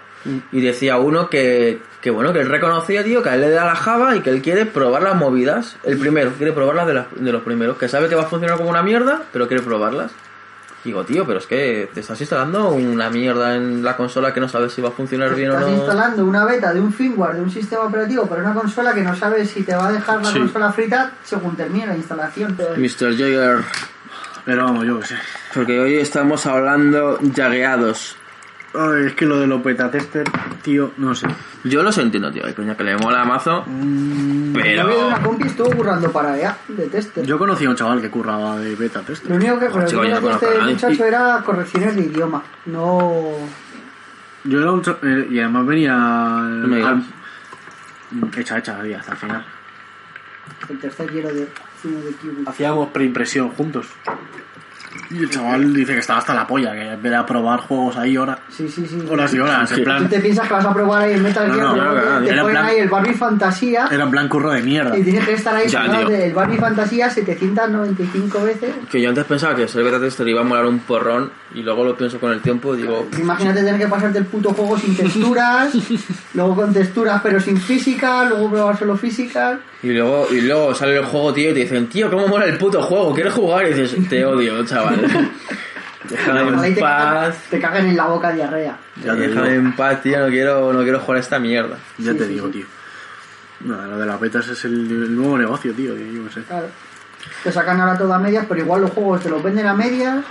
Y decía uno que, que bueno, que él reconocía, tío, que a él le da la java y que él quiere probar las movidas. El primero, quiere probarlas de, las- de los primeros. Que sabe que va a funcionar como una mierda, pero quiere probarlas. Digo, tío, pero es que te estás instalando una mierda en la consola que no sabes si va a funcionar bien o Estás no. instalando una beta de un firmware, de un sistema operativo para una consola que no sabes si te va a dejar la Sí. consola frita según termine la instalación. Mr. Jagger, Pero vamos, yo qué sé. porque hoy estamos hablando jagueados. Ay, es que lo de los beta tester, tío, no sé. Yo los entiendo, tío, hay coña que le mola a mazo. Yo vi de Pero. una compi que estuvo currando para EA de tester. Yo conocí a un chaval que curraba de beta tester. Lo único que Joder, chico, yo no con conozco este a nadie. muchacho era correcciones de idioma, no... Yo era un cha- eh, y además venía me digas. al- hecha hecha y hasta el final. El tercer quiero de... sino de Cube. Hacíamos preimpresión juntos. Y el chaval dice que estaba hasta la polla, que en vez de probar juegos ahí horas, Sí, sí, sí. horas y horas, en Tú plan, te piensas que vas a probar ahí el Metal No, Gear, no, pero claro, te- claro, te era en ponen plan- ahí el Barbie Fantasía era en plan curro de mierda. y tienes que estar ahí Ya, jugando tío. el Barbie Fantasía 795 veces. Que yo antes pensaba que ser beta tester iba a molar un porrón y luego lo pienso con el tiempo y digo, Imagínate tener que pasarte el puto juego sin texturas, luego con texturas pero sin física, luego probar solo física. Y luego, y luego sale el juego, tío, y te dicen, tío, ¿cómo mola el puto juego? ¿Quieres jugar? Y dices, te odio, chaval. Déjame Ojalá y en te, cagan, paz. te caguen en la boca diarrea. Ya te Déjame digo. en paz, tío, no quiero, no quiero jugar a esta mierda. Ya Sí, te sí, digo, sí. tío. Nada, lo de las betas es el, el nuevo negocio, tío, que yo qué sé. Claro. Te sacan ahora todo a medias, pero igual los juegos te los venden a medias,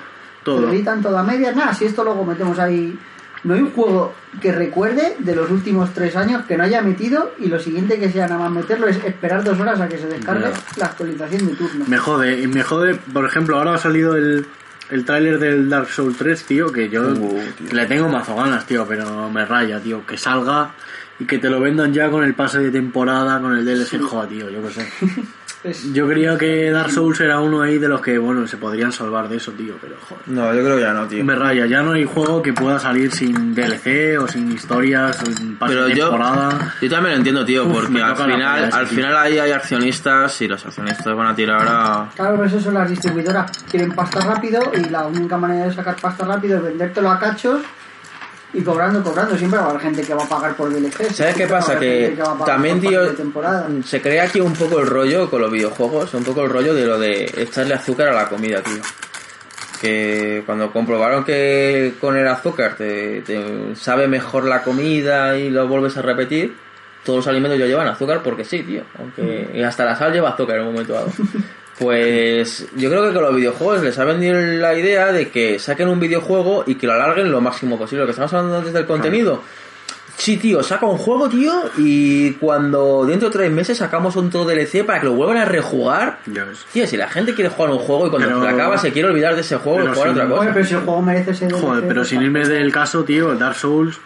Todo. te lo editan todo a medias. Nada, si esto luego metemos ahí. No hay un juego que recuerde de los últimos tres años que no haya metido y lo siguiente que sea nada más meterlo es esperar dos horas a que se descargue Ya. la actualización de turno. Me jode, y me jode, por ejemplo, ahora ha salido el, el tráiler del Dark Souls 3, tío, que yo Uh, le tengo mazo ganas, tío, pero me raya, tío, que salga y que te lo vendan ya con el pase de temporada, con el DLC, joder, tío, yo qué sé. Es- Yo creía que Dark Souls era uno ahí de los que, bueno, se podrían salvar de eso, tío, pero joder. No, yo creo que ya no, tío. Me raya, ya no hay juego que pueda salir sin DLC o sin historias, o sin pase Pero de yo, temporada. yo también lo entiendo, tío, Uf, porque me al toca la final, polla, al sí, final ahí hay accionistas y los accionistas van a tirar a... Claro, pero eso son las distribuidoras. Quieren pasta rápido y la única manera de sacar pasta rápido es vendértelo a cachos y cobrando, cobrando. Siempre va a haber gente que va a pagar por DLC. ¿Sabes qué Siempre va a pasa? haber Que gente va a pagar también, por tío, mm, pase de temporada. se crea aquí un poco el rollo con los videojuegos, un poco el rollo de lo de echarle azúcar a la comida, tío. Que cuando comprobaron que con el azúcar te, te sabe mejor la comida y lo vuelves a repetir, todos los alimentos ya llevan azúcar porque sí, tío. Aunque y hasta la sal lleva azúcar en un momento dado. Pues yo creo que con los videojuegos les ha vendido la idea de que saquen un videojuego y que lo alarguen lo máximo posible. Lo que estamos hablando antes del contenido. Sí, tío, saca un juego, tío, y cuando dentro de tres meses sacamos otro DLC para que lo vuelvan a rejugar. Ya ves. Tío, si la gente quiere jugar un juego y cuando Pero- se acaba se quiere olvidar de ese juego y pero jugar sin- otra Joder, cosa. pero si el juego merece ser DLC, Joder, pero pues sin irme del caso, tío, el Dark Souls.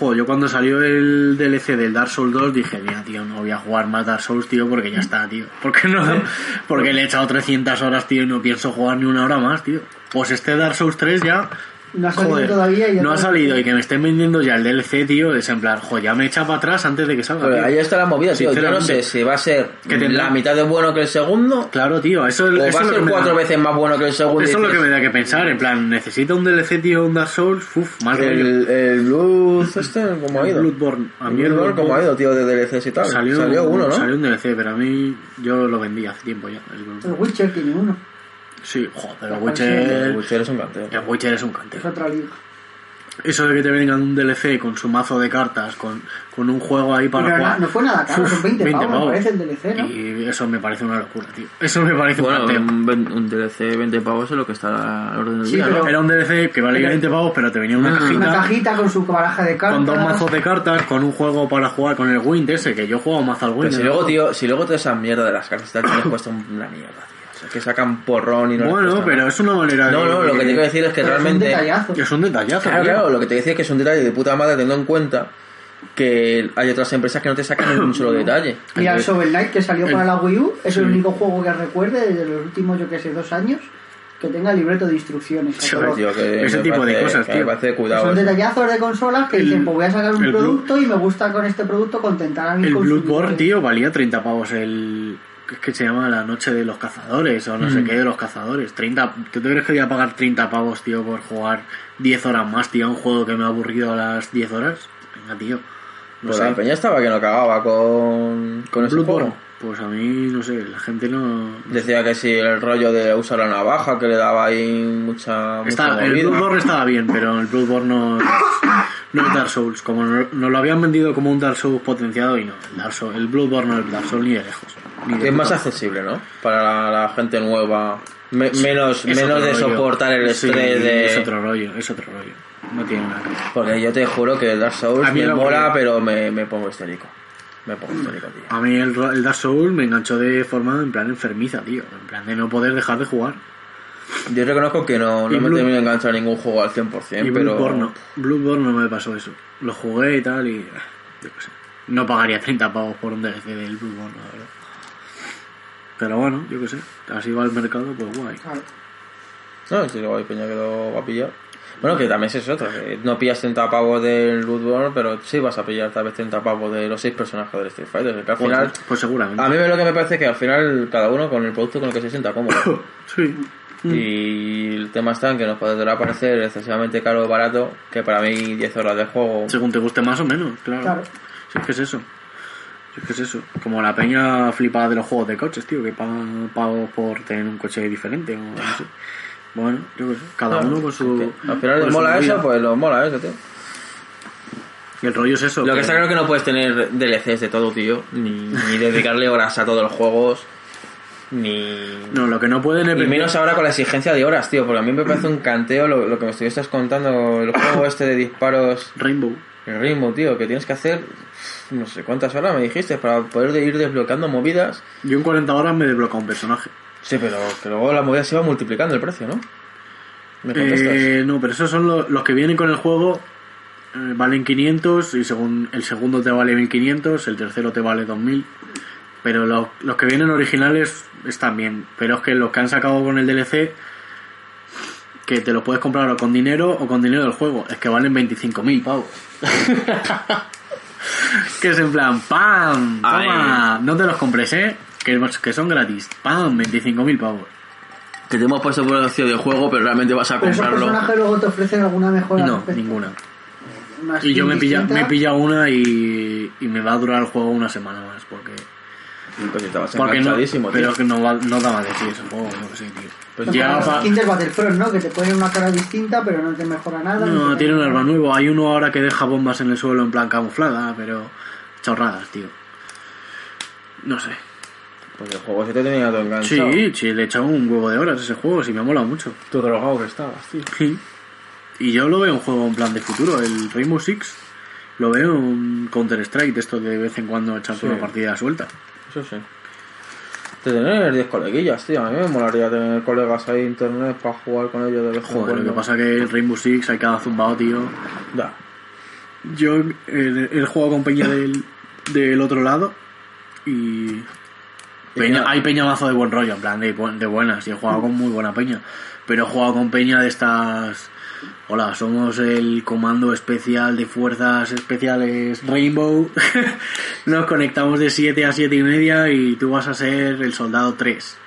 Joder, yo cuando salió el DLC del Dark Souls 2 dije, mira, tío, no voy a jugar más Dark Souls, tío, porque ya está, tío. ¿Por qué no? Porque le he echado 300 horas, tío, y no pienso jugar ni una hora más, tío. Pues este Dark Souls 3 ya... No ha salido todavía y ya no ha está. salido y que me estén vendiendo ya el DLC, tío, es en plan, joder, ya me echa para atrás antes de que salga. Pero tío. ahí está la movida, tío. Yo no sé Sinceramente. si va a ser Que tendrá- la mitad de bueno que el segundo Claro, tío, eso, o eso va a es lo ser que me cuatro da- veces más bueno que el segundo. y Eso es lo que dices, me da que pensar, en plan, necesito un DLC, tío, un Dark Souls, uff, más rollo. El, el Blood, este, ¿cómo ha ido? Bloodborne. A El mí el Bloodborne, ¿cómo ha Bloodborne- ido, tío, de DLCs y tal? Salió, uno, ¿no? Salió un DLC, pero a mí yo lo vendí hace tiempo ya. el El Bloodborne. Witcher tiene uno, Sí, joder, pero El Witcher... Witcher es un canteo. El Witcher es un es cantero. otra liga. Eso de que te vengan un DLC con su mazo de cartas, con, con un juego ahí para Pero jugar. no- no fue nada caro, Uf, son 20 pavos, me parece el DLC, ¿no? Y eso me parece una locura, tío. Eso me parece Bueno, un canteo. un, un DLC 20 pavos es lo que está al orden del Sí, día, ¿no? pero- Era un DLC que valía Pero- 20 pavos, pero te venía una Ah. cajita. Una cajita con su baraja de cartas. Con dos mazos de cartas, con un juego para jugar con el Wind ese, que yo juego mazo al Wind. Pero si ¿no? luego, tío, si luego toda esa mierda de las cartas y tal, tío, les cuesta una mierda, tío. O sea, que sacan porrón y no les Bueno, cuesta pero nada. es una manera No, de... no, lo que te quiero decir es que Pero es un realmente... detallazo. Es un detallazo, Claro, tío. claro, lo que te decía es que es un detalle de puta madre teniendo en cuenta que hay otras empresas que no te sacan un solo detalle. Mira, el Entonces, Shovel Knight que salió para eh, el- la Wii U, es el sí. único juego que recuerde desde los últimos, yo que sé, dos años, que tenga libreto de instrucciones. a color. tío, que Ese me tipo de parece- cosas, que tío. Me parece de cuidado. Son eso. detallazos de consolas que dicen, pues voy a sacar un el Blue- producto y me gusta con este producto contentar a mi El consumidor. Bloodborne, tío, valía 30 pavos el... Es que se llama la noche de los cazadores o no sé qué de los cazadores. 30... ¿Tú te crees que voy a pagar 30 pavos, tío, por jugar 10 horas más, tío, a un juego que me ha aburrido a las 10 horas? Venga, tío. No Pues sé. la peña estaba que no cagaba con, con ese Blue juego. Porn. Pues a mí, no sé, la gente no. Decía que si el rollo de usar la navaja que le daba ahí mucha, mucha Está, el movida. Bloodborne estaba bien, pero el Bloodborne no, no es Dark Souls. Como no- nos lo habían vendido como un Dark Souls potenciado y no. El, Dark Souls- el Bloodborne no es Dark Souls ni de lejos. Ni de Es más puta. accesible, ¿no? Para la, la gente nueva. Me- menos Es menos otro de rollo. soportar el Sí, estrés Es de... otro rollo, es otro rollo. No tiene nada que ver. Porque yo te juro que Dark Souls A mí me lo mola, que- pero me, me pongo histérico. Me pongo histérico, tío. A mí el, ro- el Dark Souls me enganchó de forma en plan enfermiza, tío. En plan de no poder dejar de jugar. Yo reconozco que no, Y no me Blue- termino de enganchar a ningún juego al 100%, y Eh, pero... Bloodborne no. Bloodborne no me pasó eso. Lo jugué y tal y... eh, Yo qué sé. No pagaría 30 pavos por un DLC del Bloodborne, la verdad. Pero bueno, yo qué sé. Así va el mercado, pues guay. Claro. No, si luego hay peña que lo va a pillar. Bueno, que también es otro. que No pillas 30 pavos del Bloodborne, pero sí vas a pillar tal vez 30 pavos de los 6 personajes del Street Fighter. Que al Pues, final... pues seguramente. A mí lo que me parece es que al final cada uno con el producto con el que se sienta cómodo. Sí. Y el tema está en que nos podrá parecer excesivamente caro o barato, que para mí 10 horas de juego... Según te guste más o menos, claro. Claro. Si es que es eso. Si es que es eso. Como la peña flipada de los juegos de coches, tío, que pagan pagos por tener un coche diferente o no sé. Bueno, yo qué sé. Cada uno con su. que Al final con les su mola movida. eso, pues lo mola eso, tío. Y el rollo es eso. Lo que que- está claro es que no puedes tener DLCs de todo, tío. Ni, ni dedicarle horas a todos los juegos. Ni... No, lo que no pueden es Y menos ahora con la exigencia de horas, tío. Porque a mí me parece un canteo lo, lo que me estuviste contando. El juego este de disparos. Rainbow. El ritmo, tío. Que tienes que hacer... No sé cuántas horas me dijiste para poder ir desbloqueando movidas. Yo en 40 horas me desbloqueo un personaje. Sí, pero que luego la movida se iba multiplicando el precio, ¿no? Me contestas. Eh, no, pero esos son lo- los, que vienen con el juego. eh, valen 500 y según el segundo te vale 1500, el tercero te vale 2000. Pero los, los que vienen originales están bien. Pero es que los que han sacado con el DLC, que te los puedes comprar o con dinero o con dinero del juego, es que valen 25.000 pavos. que es en plan, ¡pam! Ay. ¡Toma! No te los compres, ¿eh? Que, que son gratis. ¡Pam! 25.000 pavos. Que te hemos puesto por el precio de juego, pero realmente vas a Pero esos comprarlo. personajes luego te ofrecen alguna mejora. No, respecto- ninguna. una Y yo skin me he pillado, me he distinta. pillado una y, y me va a durar el juego una semana más porque, Pues estabas porque no, enganchadísimo, tío. pero que no, va, no daba de sí ese juego, no sé, tío. Pues Son ya como va- las skins del Battlefront, ¿no? Que te ponen una cara distinta, pero no te mejora nada. ni no, te tiene un cambia arma nada. nuevo, hay uno ahora que deja bombas en el suelo en plan camuflada, pero chorradas, tío. No sé. Pues el juego se te tenía todo Sí, enganchado. sí, le he echado un huevo de horas a ese juego, sí me ha molado mucho. Tú drogado que estabas, tío. Sí. Y yo lo veo un juego en plan de futuro, el Rainbow Six. Lo veo un Counter-Strike de esto de vez en cuando echarte Sí. una partida suelta. Eso sí. De tener 10 coleguillas, tío. A mí me molaría tener colegas ahí en internet para jugar con ellos de vez en Joder, lo que cuando. pasa que el Rainbow Six hay cada zumbado, tío. Da. Yo eh, he jugado con Peña del, del otro lado y. Peña- nada. hay peña mazo de buen rollo, en plan de, bu- de buenas. Y he jugado con muy buena peña. Pero he jugado con peña de estas. Hola, somos el comando especial de fuerzas especiales Rainbow. Nos conectamos de 7 a 7 y media y tú vas a ser el soldado 3.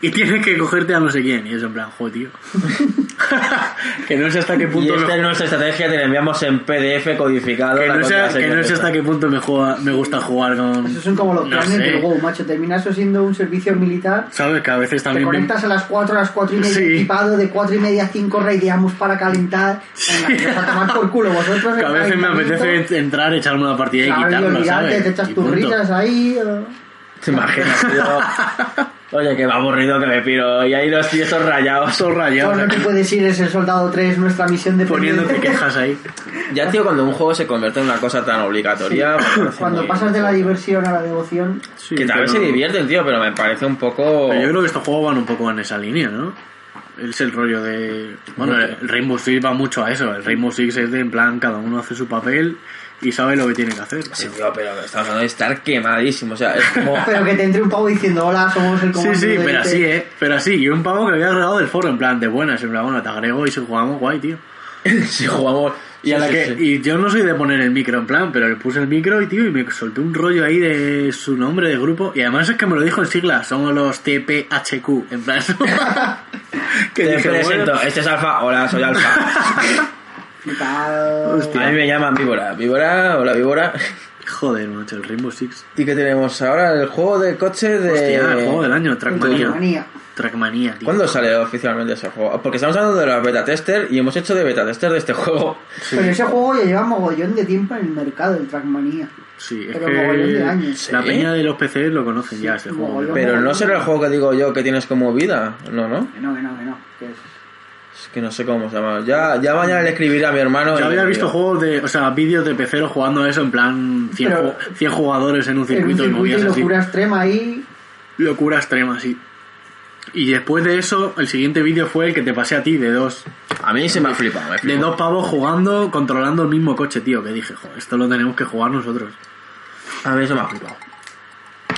Y tienes que cogerte a no sé quién. Y es en plan, joder, tío. que este no sé hasta qué Y punto. lo- esta es nuestra estrategia, te la enviamos en PDF codificado. que la no, sé, contraseña que no sé esta. hasta qué punto me, juega- me gusta jugar Esos con... son como los No planes sé. del WoW, macho. Termina eso siendo un servicio militar. ¿Sabes? Que a veces Te también... me- conectas a las 4, a las 4 y media Sí. equipado, de 4 y media a 5 raideamos para calentar. Venga, que os a tomar por culo vosotros. que a el veces me calentamiento, apetece ent- entrar, echarme una partida y claro, y quitarla, olvidarte, ¿sabes? te echas Y tus punto. risas ahí. eh. Te imaginas, tío. Oye, que me aburrido que me piro. Y ahí los tíos son rayados. Todo rayado, Todo lo que puedes ir es el soldado 3, nuestra misión de poniéndote quejas ahí. Ya, tío, cuando un juego se convierte en una cosa tan obligatoria. me parece Cuando muy- pasas de la diversión a la devoción, Sí, Que tal vez se pero- divierten, tío, pero me parece un poco. Pero yo creo que estos juegos van un poco en esa línea, ¿no? Es el rollo de... Bueno, el Rainbow Six va mucho a eso. El Rainbow Six es de, en plan, cada uno hace su papel y sabe lo que tiene que hacer. Sí, tío, pero estamos hablando de estar quemadísimo. O sea, es como. pero que te entre un pavo diciendo hola, somos el Sí, comando sí, de pero élite". así, ¿eh? Pero así, y un pavo que había agregado del foro, en plan, de buenas, en plan, bueno, te agrego y si jugamos, guay, tío. si jugamos. Y, a la que, y yo no soy de poner el micro en plan, pero le puse el micro y tío, y me soltó un rollo ahí de su nombre de grupo. Y además es que me lo dijo en siglas, somos los TPHQ, en plan. que Te dije, bueno, presento, este es Alfa, hola, soy Alfa. Flipado. Hostia. A mí me llaman víbora. Víbora, hola víbora. Joder, macho, el Rainbow Six. ¿Y qué tenemos ahora? El juego de coche de... Hostia, el juego del año, Trackmania. Manía. Trackmania, tío. ¿Cuándo sale oficialmente ese juego? Porque estamos hablando de la beta tester y hemos hecho de beta tester de este juego. Pero ese juego ya lleva mogollón de tiempo en el mercado, el Trackmania. Sí, es Pero mogollón de años. que la Sí. peña de los PCs lo conocen ya, este juego. mogollón. Pero no será el juego que digo yo que tienes como vida. No, no. Que no, que no, que no. que es- Es que no sé cómo se llama. Ya, ya mañana le escribiré a mi hermano. Yo y había le visto digo. juegos de, o sea, vídeos de peceros jugando eso en plan 100, Pero- ju- 100 jugadores en un en un circuito y circuito movidas y así. locura extrema ahí. Locura extrema, sí. Y después de eso, el siguiente vídeo fue el que te pasé a ti, de dos, A mí se me ha flipado. me de flipó. dos pavos jugando, controlando el mismo coche, tío, que dije, joder, esto lo tenemos que jugar nosotros. A mí se me ha flipado.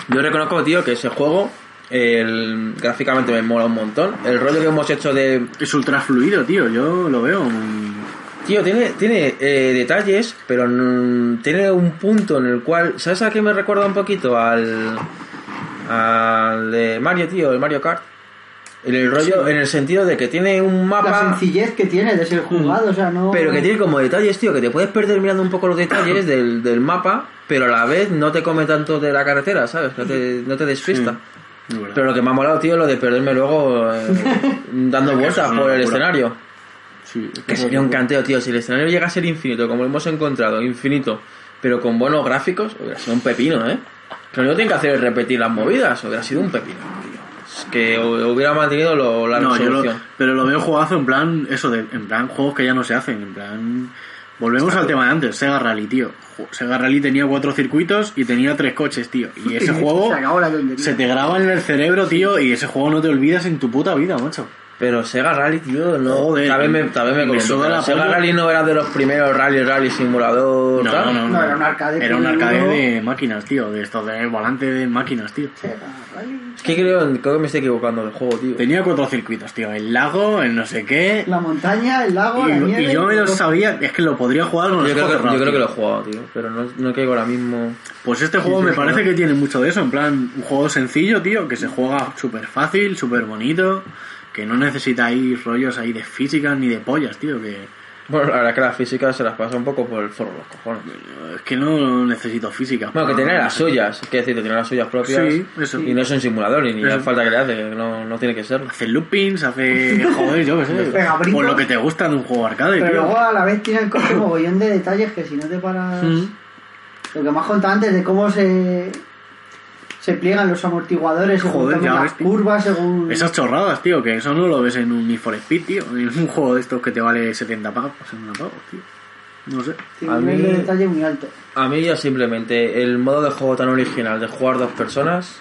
Yo reconozco, tío, que ese juego el, gráficamente me mola un montón. El rollo que hemos hecho de... Es ultra fluido, tío, yo lo veo. mm, muy- Tío, tiene, tiene eh, detalles, pero mm, tiene un punto en el cual... ¿Sabes a qué me recuerda un poquito? Al... Al de Mario, tío, el Mario Kart. En el rollo, en el sentido de que tiene un mapa... La sencillez que tiene de ser jugado, Mm. o sea, no. Pero que tiene como detalles, tío, que te puedes perder mirando un poco los detalles del, del mapa, pero a la vez no te come tanto de la carretera, ¿sabes? No te, no te despista. de verdad. Pero lo que me ha molado, tío, es lo de perderme luego eh, dando Eso vueltas es una por el locura. escenario. Sí, es Que sería un canteo, tío. Si el escenario llega a ser infinito, como lo hemos encontrado, infinito, pero con buenos gráficos, hubiera sido un pepino, ¿eh? Que lo único que tienen que hacer es repetir las movidas, hubiera sido un pepino, tío. Es que hu- hubiera mantenido lo- la No, yo lo- resolución. pero lo veo jugazo en plan, eso, de, en plan juegos que ya no se hacen, en plan... Volvemos al tema de antes, Sega Rally, tío. Jo- Sega Rally tenía cuatro circuitos y tenía tres coches, tío. Y ese juego Se acabó la tontería. se te graba en el cerebro, tío, y ese juego no te olvidas en tu puta vida, macho. Pero Sega Rally, tío, no. Joder, tal vez me, tal vez me me columpo, suda pero la Sega polla. Rally no era de los primeros Rally Rally Simulador. tal. No, era un arcade Era un puro y arcade duro. de máquinas, tío. De estos de volante de máquinas, tío. Eh, Es que creo, creo que me estoy equivocando del juego, tío. Tenía cuatro circuitos, tío. El lago, el no sé qué. La montaña, el lago, la Y, nieve. y yo me lo todo. sabía, es que lo podría jugar con Yo los creo, ojos que, yo cerrados, creo que lo tío. he jugado, tío, pero no, no caigo ahora mismo. Pues este juego me parece que tiene mucho de eso, en plan, un juego sencillo, tío, que se juega súper fácil, súper bonito, que no necesita ahí rollos ahí de físicas ni de pollas, tío, que Bueno, la verdad es que las físicas se las pasa un poco por el forro, los cojones. es que no necesito físicas. Bueno, que para- tiene las suyas, que decir, que tiene las suyas propias. Sí, eso. Y no es un simulador, y ni la Eso. falta que le hace, que no, no tiene que serlo. Hace loopings, hace... joder, yo qué sé, Pega brincos. por lo que te gusta de un juego arcade, Pero tío. luego a la vez tiene el coche mogollón de detalles que si no te paras. Mm. Lo que me has contado antes de cómo se. Se pliegan los amortiguadores según Joder, cambian ya las ves, tío. curvas, según. Esas chorradas, tío, que eso no lo ves en un Need for Speed, tío, en un juego de estos que te vale 70 pavos, 70 pavos, tío. No sé. Tiene a un nivel mí- de detalle muy alto. A mí ya simplemente el modo de juego tan original de jugar dos personas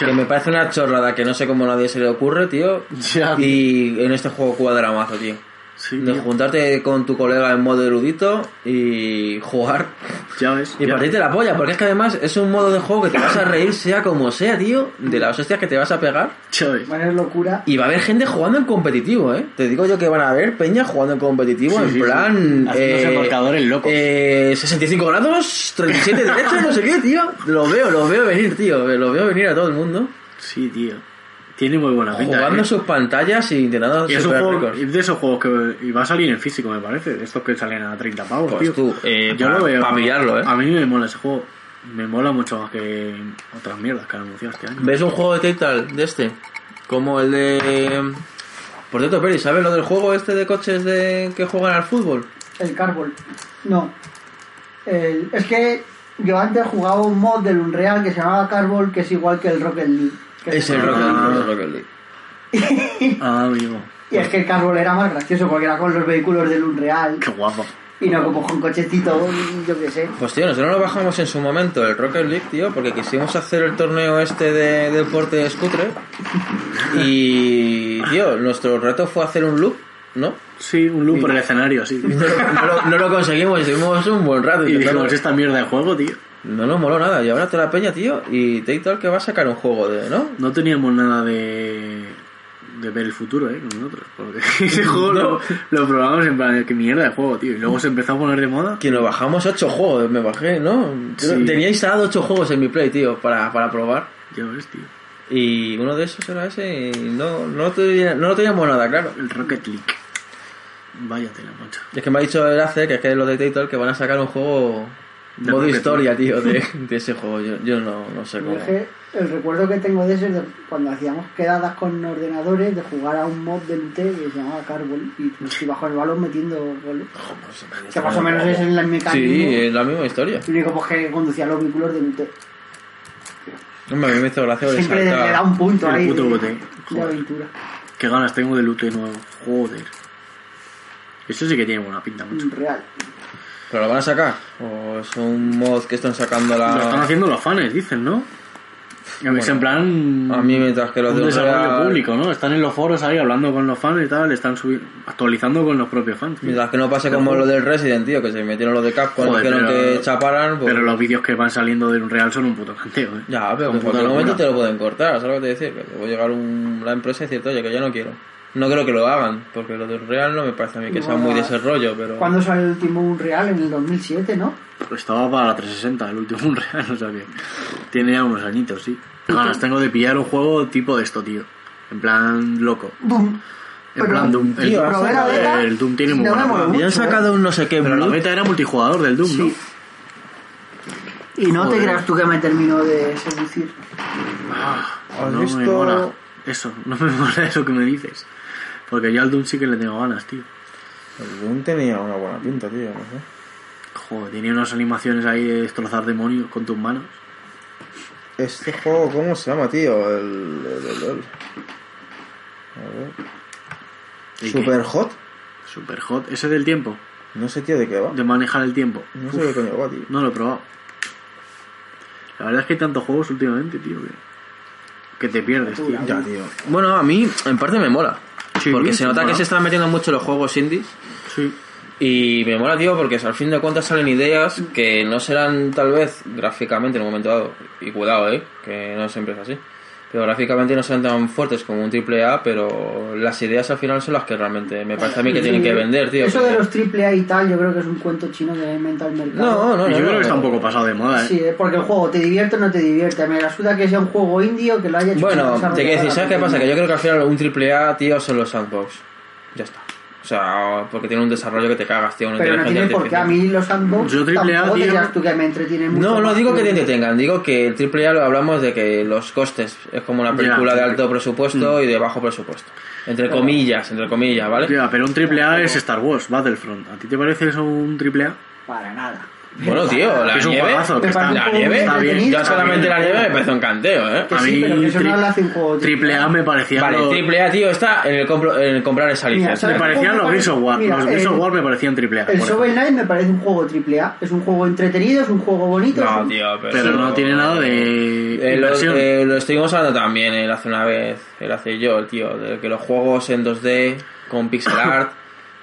Que me parece una chorrada que no sé cómo a nadie se le ocurre, tío. Ya, tío. Y en este juego cuadramazo, tío. Sí, De tío. juntarte con tu colega en modo erudito y jugar. ya ves. Y ya. partirte la polla, porque es que además es un modo de juego que te vas a reír sea como sea, tío, de las hostias que te vas a pegar. Ya ves. Bueno, es locura. Y va a haber gente jugando en competitivo, ¿eh? Te digo yo que van a haber peña jugando en competitivo, Sí, en sí, sí. plan... Haciéndose marcadores locos. eh, 65 grados, 37 derechos, no sé qué, tío. Lo veo, lo veo venir, tío. Lo veo venir a todo el mundo. Sí, tío. Tiene muy buena pinta. jugando ¿eh? sus pantallas y intentando Y es, un superar juego, récords. es de esos juegos que y va a salir en físico, me parece. De estos que salen a 30 pavos, Pues tío. tú, eh, Yo pa- lo veo. pa pillarlo, ¿eh? A mí me mola ese juego. Me mola mucho más que otras mierdas que han anunciado este año. ¿Ves un juego de Telltale de este? Como el de... Por cierto, Peri, ¿sabes lo del juego este de coches de que juegan al fútbol? El Carbol. No. El- es que yo antes jugaba un mod del Unreal que se llamaba Carbol, que es igual que el Rocket League. que Es el Ah. Rocket League, el Rocket League. Ah, amigo. Y es que el Carbol era más gracioso porque era con los vehículos del Unreal Qué guapo. y no como con cochecito, yo qué sé. Pues tío, nosotros lo bajamos en su momento, el Rocket League, tío, porque quisimos hacer el torneo este de deporte escutre. Y, tío, nuestro reto fue hacer un loop, ¿no? Sí, un loop por el escenario, así. No, lo- no lo- no lo conseguimos, estuvimos un buen rato. Y intentando- dijimos, esta mierda de juego, tío. No nos moló nada. Y ahora toda la peña, tío. Y Telltale que va a sacar un juego de, ¿no? No teníamos nada de, de ver el futuro, ¿eh? Con nosotros. Porque ese juego lo, lo probamos en plan, qué mierda de juego, tío. Y luego se empezó a poner de moda. Que nos bajamos ocho juegos, me bajé, ¿no? Creo- Sí. Tenía instalado ocho juegos en mi play, tío, para, para probar. Ya ves, tío. Y uno de esos era ese y no, no, tenía- no lo teníamos nada, claro. El Rocket League. Vaya tela, macho. Es que me ha dicho el ACE, que es que los de Tator, que van a sacar un juego De modo Rocket historia, tío, de, de ese juego. Yo, yo no, no sé Yo cómo. es que el recuerdo que tengo de eso es de cuando hacíamos quedadas con ordenadores de jugar a un mob de Lute que se llamaba Carbol y nos ibas con el balón metiendo goles. Que más o menos es en la mecánica. Sí, eh. es la misma historia. Lo único pues que conducía los vehículos de Lute. Hombre, a mí me hizo gracia porque Siempre le saltaba. le da un punto El ahí puto de, bote. de Joder. aventura. Qué ganas tengo de lute nuevo. Joder. Eso sí que tiene buena pinta, macho. Mm, Real. ¿Pero lo van a sacar? ¿O es un mod que están sacando la... Lo están haciendo los fans, dicen, ¿no? A mí, Ah. Bueno, es en plan. A mí mientras que los un de desarrollo Unreal- público, ¿no? Están en los foros ahí hablando con los fans y tal, están subi- actualizando con los propios fans. tío. Mientras que no pase como lo del Resident, tío, que se metieron los de Capcom y Joder, dijeron pero- que chaparan, pues... Pero los vídeos que van saliendo de Unreal son un puto canteo, ¿eh? Ya, pero en Un puto cualquier momento te locura. lo pueden cortar, ¿sabes lo que te decir? Que puede llegar un- la empresa y decirte, oye, que yo no quiero. No creo que lo hagan, porque lo de Unreal no me parece a mí que sea No, muy no. de ese rollo, pero... ¿Cuándo sale el último Unreal? En el 2007, ¿no? Estaba para la 360, el último Unreal, o sea que. Tiene ya unos añitos, sí. Las tengo de pillar un juego tipo de esto, tío. En plan loco. ¡Bum! En Pero, plan Doom. El, tío, Doom- probé la beta el Doom tiene y muy no buena me moló fama. Y han mucho, eh. sacado un no sé qué Pero la Blue. beta era multijugador del Doom, Sí. Y no te creas tú que me terminó de seducir. ¿no? ¿Has Ah, no me visto- mola eso, no me mola eso que me dices. Porque yo al Doom sí que le tengo ganas, tío. El Doom tenía una buena pinta, tío, no sé. Joder, tenía unas animaciones ahí de destrozar demonios con tus manos. Este juego, ¿cómo se llama, tío? El. el, el, el- A ver. ¿Y ¿Super Hot? Super hot. Ese del tiempo, No sé, tío, de qué va. de manejar el tiempo. No sé de qué coño va, tío. No lo he probado. La verdad es que hay tantos juegos últimamente, tío, que, que te pierdes, tío. Ya, tío. Bueno, a mí, en parte me mola. Sí, porque se sí, nota mola. que se están metiendo mucho los juegos indies. Sí. Y me mola, tío, porque al fin de cuentas salen ideas que no serán, tal vez, gráficamente en un momento dado. Y cuidado, eh, que no siempre es así. Pero gráficamente no serán tan fuertes como un triple A, pero las ideas al final son las que realmente me parece a mí que tienen que vender, tío. Eso porque- de los triple A y tal, yo creo que es un cuento chino que ha inventado el No, no, mercado. no. Y yo no, creo que está no. un poco pasado de moda, ¿eh? Sí, eh, porque el juego te divierte o no te divierte. Me la suda que sea un juego indie o que lo haya hecho. una Bueno, te desarrolladora quiero decir, ¿sabes qué pasa? Que yo creo que al final un triple A, tío, son los sandbox. Ya está. O sea, porque tiene un desarrollo que te cagas, tío. Pero no tiene por qué. A mí los sandbox Yo triple A, tampoco te tío. creas tú que me entretienen mucho. No, no más digo que te entretengan, digo que el triple A lo hablamos de que los costes es como una Ya, película de sí. Mm. alto presupuesto y de bajo presupuesto. Entre comillas, entre comillas, ¿eh? ¿vale? Ya, pero un triple A es Star Wars, Battlefront. ¿A ti te parece eso un triple A? Para nada. Bueno, tío, la Es un nieve. juegazo, que Me está- parece La un nieve. poco está bien, Yo está solamente bien. la nieve me parece un canteo, ¿eh? Que A sí, mí pero que eso tri- no le hace un juego. Triple A me parecía Vale, lo- triple A, tío, está en el, compro- en el comprar esa Mira, licencia. ¿sabes? Me parecían los Gears of War. Mira, los Gears el- of War me parecían triple A. El por Shovel ejemplo. Knight me parece un juego triple A. Es un juego entretenido, es un juego bonito. es No, un- tío, pero... Pero no tiene nada de Eh, lo, inversión. eh, lo estuvimos hablando también él hace una vez, él hace yo, el tío, de que los juegos en 2D con pixel art,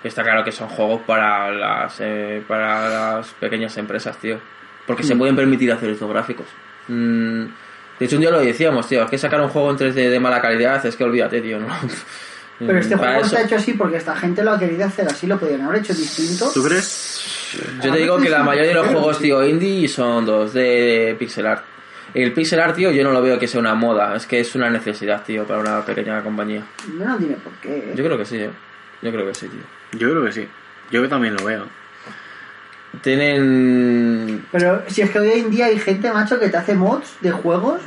que está claro que son juegos para las eh, para las pequeñas empresas, tío, porque Hmm. se pueden permitir hacer estos gráficos. Mm, de hecho un día lo decíamos, tío, es que sacar un juego en 3D de mala calidad es que olvídate, tío, ¿no? Pero este Mm, para juego eso. está hecho así porque esta gente lo ha querido hacer así, lo podían haber hecho distinto. ¿Tú crees? Yo te digo que la mayoría de los juegos, tío, indie son 2D de pixel art. El pixel art, tío, yo no lo veo que sea una moda, es que es una necesidad, tío, para una pequeña compañía. No, no tiene por qué. Yo creo que sí, ¿eh? Yo creo que sí, tío. Yo creo que sí. Yo también lo veo. Tienen... Pero si es que hoy en día hay gente, macho, que te hace mods de juegos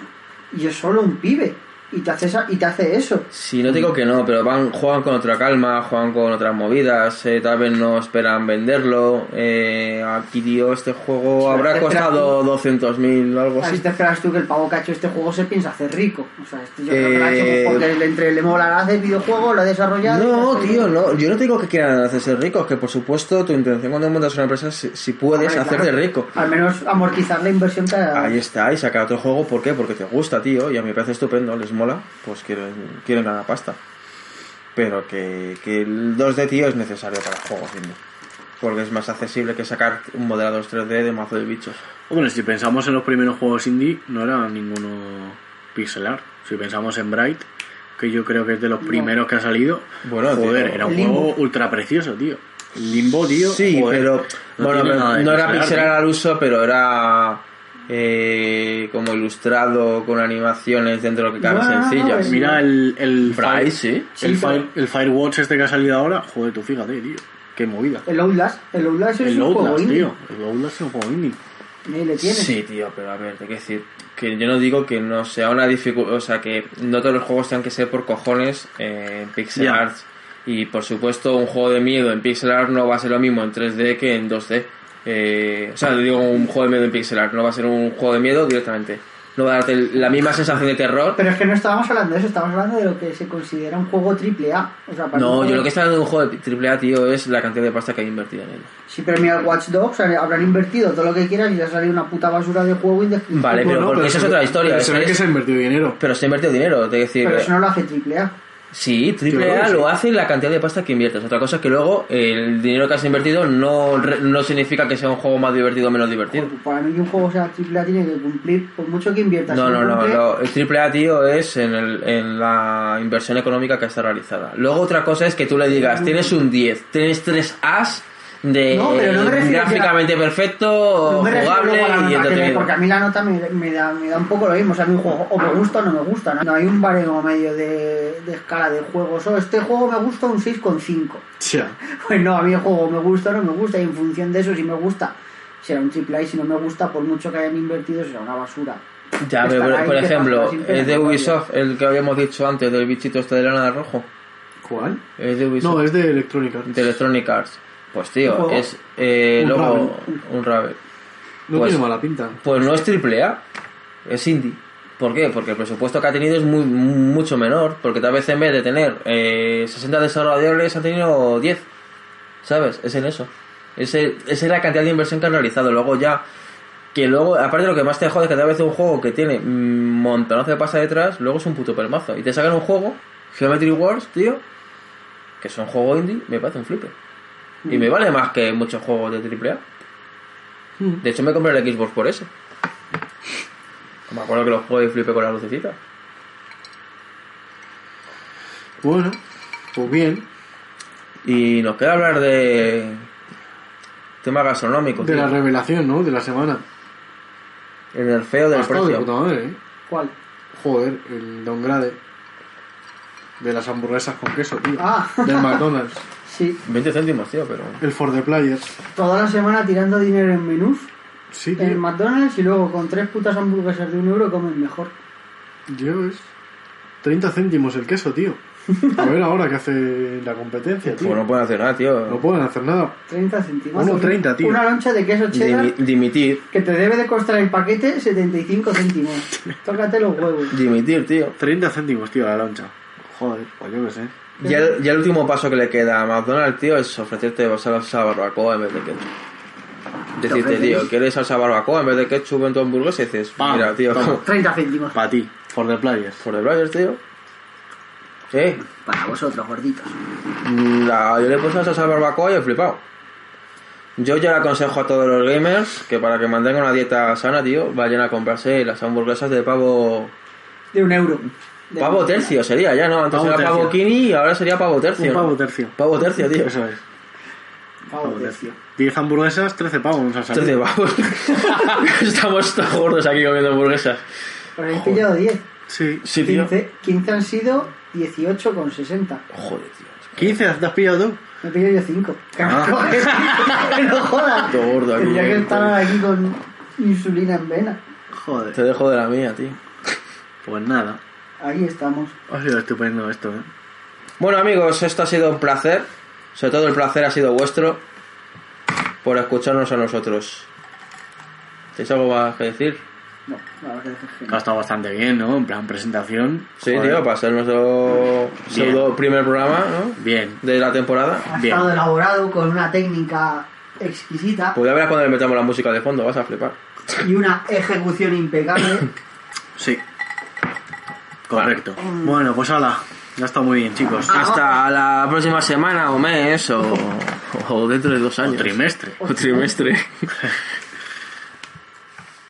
y es solo un pibe. Y te hace, esa- y te hace eso. Si no te digo que no, pero van juegan con otra calma, juegan con otras movidas, eh, tal vez no esperan venderlo. Eh, aquí, tío, este juego Sí, habrá espera, costado 200.000 o algo O sea, así. si te esperas tú que el pavo que ha hecho este juego se piensa hacer rico. O sea, este yo creo que lo ha Eh, hecho porque le- entre le mola, la hace el videojuego, lo ha desarrollado. No, y- tío, no. Yo no te digo que quieran hacerse ricos, que por supuesto tu intención cuando montas una empresa es si, si puedes Hombre, hacerte claro. rico. Al menos amortizar la inversión que ha- Ahí está, y sacar otro juego, ¿por qué? Porque te gusta, tío, y a mí me parece estupendo, les mola, pues quieren, quieren ganar pasta. Pero que, que el 2D, tío, es necesario para juegos indie. Porque es más accesible que sacar un modelado 3D de mazo de bichos. Hombre, si pensamos en los primeros juegos indie, no era ninguno pixel art. Si pensamos en Bright, que yo creo que es de los primeros que ha salido, Bueno, joder, tío. era un Limbo. juego ultra precioso, tío. Limbo, tío. Sí, joder, pero no bueno, tiene pero nada de no era pixel pixel art, art al uso, pero era eh, como ilustrado con animaciones dentro de lo que cabe Bueno, sencillas. tío. Mira el, el, Bright, Fire- sí. el, Sí, pero- Fire- el Firewatch este que ha salido ahora, joder, tú fíjate, tío. Qué movida. El Outlast, el Outlast es El un juego Outlast, indie. tío. El Outlast es un juego indie. Ni le tiene. Sí, tío, pero a ver, hay que decir que yo no digo que no sea una dificultad, o sea, que no todos los juegos tengan que ser por cojones eh, en pixel Ya. art. Y por supuesto, un juego de miedo en pixel art no va a ser lo mismo en 3D que en 2D. Eh, o sea, digo un juego de miedo en pixel art, no va a ser un juego de miedo directamente. No va a darte la misma sensación de terror. Pero es que no estábamos hablando de eso, estábamos hablando de lo que se considera un juego triple A. O sea, para un No, juego- yo lo que está hablando de un juego de AAA, tío, es la cantidad de pasta que hay invertida en él. Sí, pero mira, Watch Dogs eh, habrán invertido todo lo que quieran y ya salió una puta basura de juego indefinido. Vale, pero porque eso es otra historia. pero se ve ¿sabes? que se ha invertido dinero. Pero se ha invertido dinero, es decir, eh, Pero eso no lo hace triple A. Sí, Yo creo AAA que lo hace la cantidad de pasta que inviertes. Otra cosa es que luego el dinero que has invertido no, re- no significa que sea un juego más divertido o menos divertido. Para mí que un juego sea triple A tiene que cumplir, por mucho que inviertas. No, si no, no, cumple, no. El AAA, tío, es en, el- en la inversión económica que está realizada. Luego otra cosa es que tú le digas, tienes un 10, tienes tres As de No, pero no me refiero gráficamente perfecto, no me refiero jugable luego a la y nota que le- entretenido. Porque a mí la nota me, me da, me da un poco lo mismo. O sea, a mí un juego o me gusta o no me gusta. No, No hay un baremo medio de, de escala de juegos. O este juego me gusta un 6,5. Ya. Pues no, a mí el juego me gusta o no me gusta. Y en función de eso, si me gusta, será un triple A. Y si no me gusta, por mucho que hayan invertido, será una basura. Ya, Estará pero por, ahí por que ejemplo, pasa sin pena es de ni gloria. Ubisoft, el que habíamos dicho antes, del bichito este de lana de rojo. ¿Cuál? Es de Ubisoft. No, es de Electronic Arts. de Electronic Arts. Pues ¿Un tío, juego? es eh, Un luego un Ravel. No Pues- tiene mala pinta. Pues no es triple A, es indie. ¿Por qué? Porque el presupuesto que ha tenido es muy, mucho menor, porque tal vez en vez de tener eh, 60 desarrolladores han tenido 10. ¿Sabes? Es en eso. Ese- esa es la cantidad de inversión que han realizado. Luego ya, que luego, aparte lo que más te jode es que tal vez un juego que tiene un montonazo de pasta detrás, luego es un puto permazo. Y te sacan un juego, Geometry Wars, tío, que es un juego indie, me parece un flipe. Y me vale más que muchos juegos de AAA. De hecho, me compré el Xbox por eso. Me acuerdo que lo jugué y flipé con la lucecita. Bueno, pues bien. Y nos queda hablar de temas gastronómicos. De tío. la revelación, ¿no? De la semana. El nerfeo Ha del estado de precio. puta madre, ¿eh? ¿Cuál? Joder, el Grade De las hamburguesas con queso, tío. Ah. Del McDonald's. Sí, 20 céntimos, tío, pero... El For the Players. toda la semana tirando dinero en menús. Sí, En tío. McDonald's y luego con tres putas hamburguesas de un euro comen mejor. Yo es 30 céntimos el queso, tío. A ver ahora qué hace la competencia, tío. Pues no pueden hacer nada, No tío. pueden hacer nada. 30 centimos. Uno 30, tío. Una loncha de queso cheddar Dimi- dimitir. que te debe de costar el paquete 75 céntimos. Tócate los huevos. Dimitir, tío. 30 céntimos, tío, la loncha. Joder, pues yo qué sé. Ya el, ya el último paso que le queda a McDonald's, tío, es ofrecerte salsa barbacoa en vez de ketchup. Decirte, tío, ¿quieres salsa barbacoa en vez de ketchup en tu hamburguesa? Y dices, Vamos, mira, tío, toma. como- 30 céntimos. Para ti, For the Players. For the Brothers, tío. Sí. Mm, Para vosotros, gorditos. La, yo le puse salsa de barbacoa y he flipado. Yo ya le aconsejo a todos los gamers que para que mantengan una dieta sana, tío, vayan a comprarse las hamburguesas de pavo. De un euro. De Pavo tercio sería, ya no. Antes Pavo era pavo tercio. kini y ahora sería pavo tercio. Un ¿no? pavo tercio. Pavo tercio, tío. Eso es. Pavo tercio. 10 hamburguesas, 13 pavos. nos ha salido. Entonces, vamos. Estamos todos gordos aquí comiendo hamburguesas. Os habéis pillado 10. Sí. Sí, tío. 15, 15 han sido 18,60. Joder, tío. 15, ¿te has pillado tú? Me he pillado yo 5. Ah. no jodas. Todo gordo aquí. Tendría que estar aquí con insulina en vena. Joder. Te dejo de la mía, tío. Pues nada. Ahí estamos. Ha sido estupendo esto, ¿eh? Bueno amigos, esto ha sido un placer. Sobre todo el placer ha sido vuestro por escucharnos a nosotros. ¿Tenéis algo más que decir? No, la verdad es que Ha estado bastante bien, ¿no? En plan presentación. Sí, Joder. tío, para ser nuestro pseudo primer programa ¿no? Bien. de la temporada. ha Bien. estado elaborado con una técnica exquisita Pues ya verás cuando le metamos la música de fondo, vas a flipar. y una ejecución impecable. Sí. Correcto. Bueno, pues hala. Ya está muy bien, chicos. Ah, Hasta la próxima semana o mes o, o dentro de dos Un años. trimestre. O trimestre.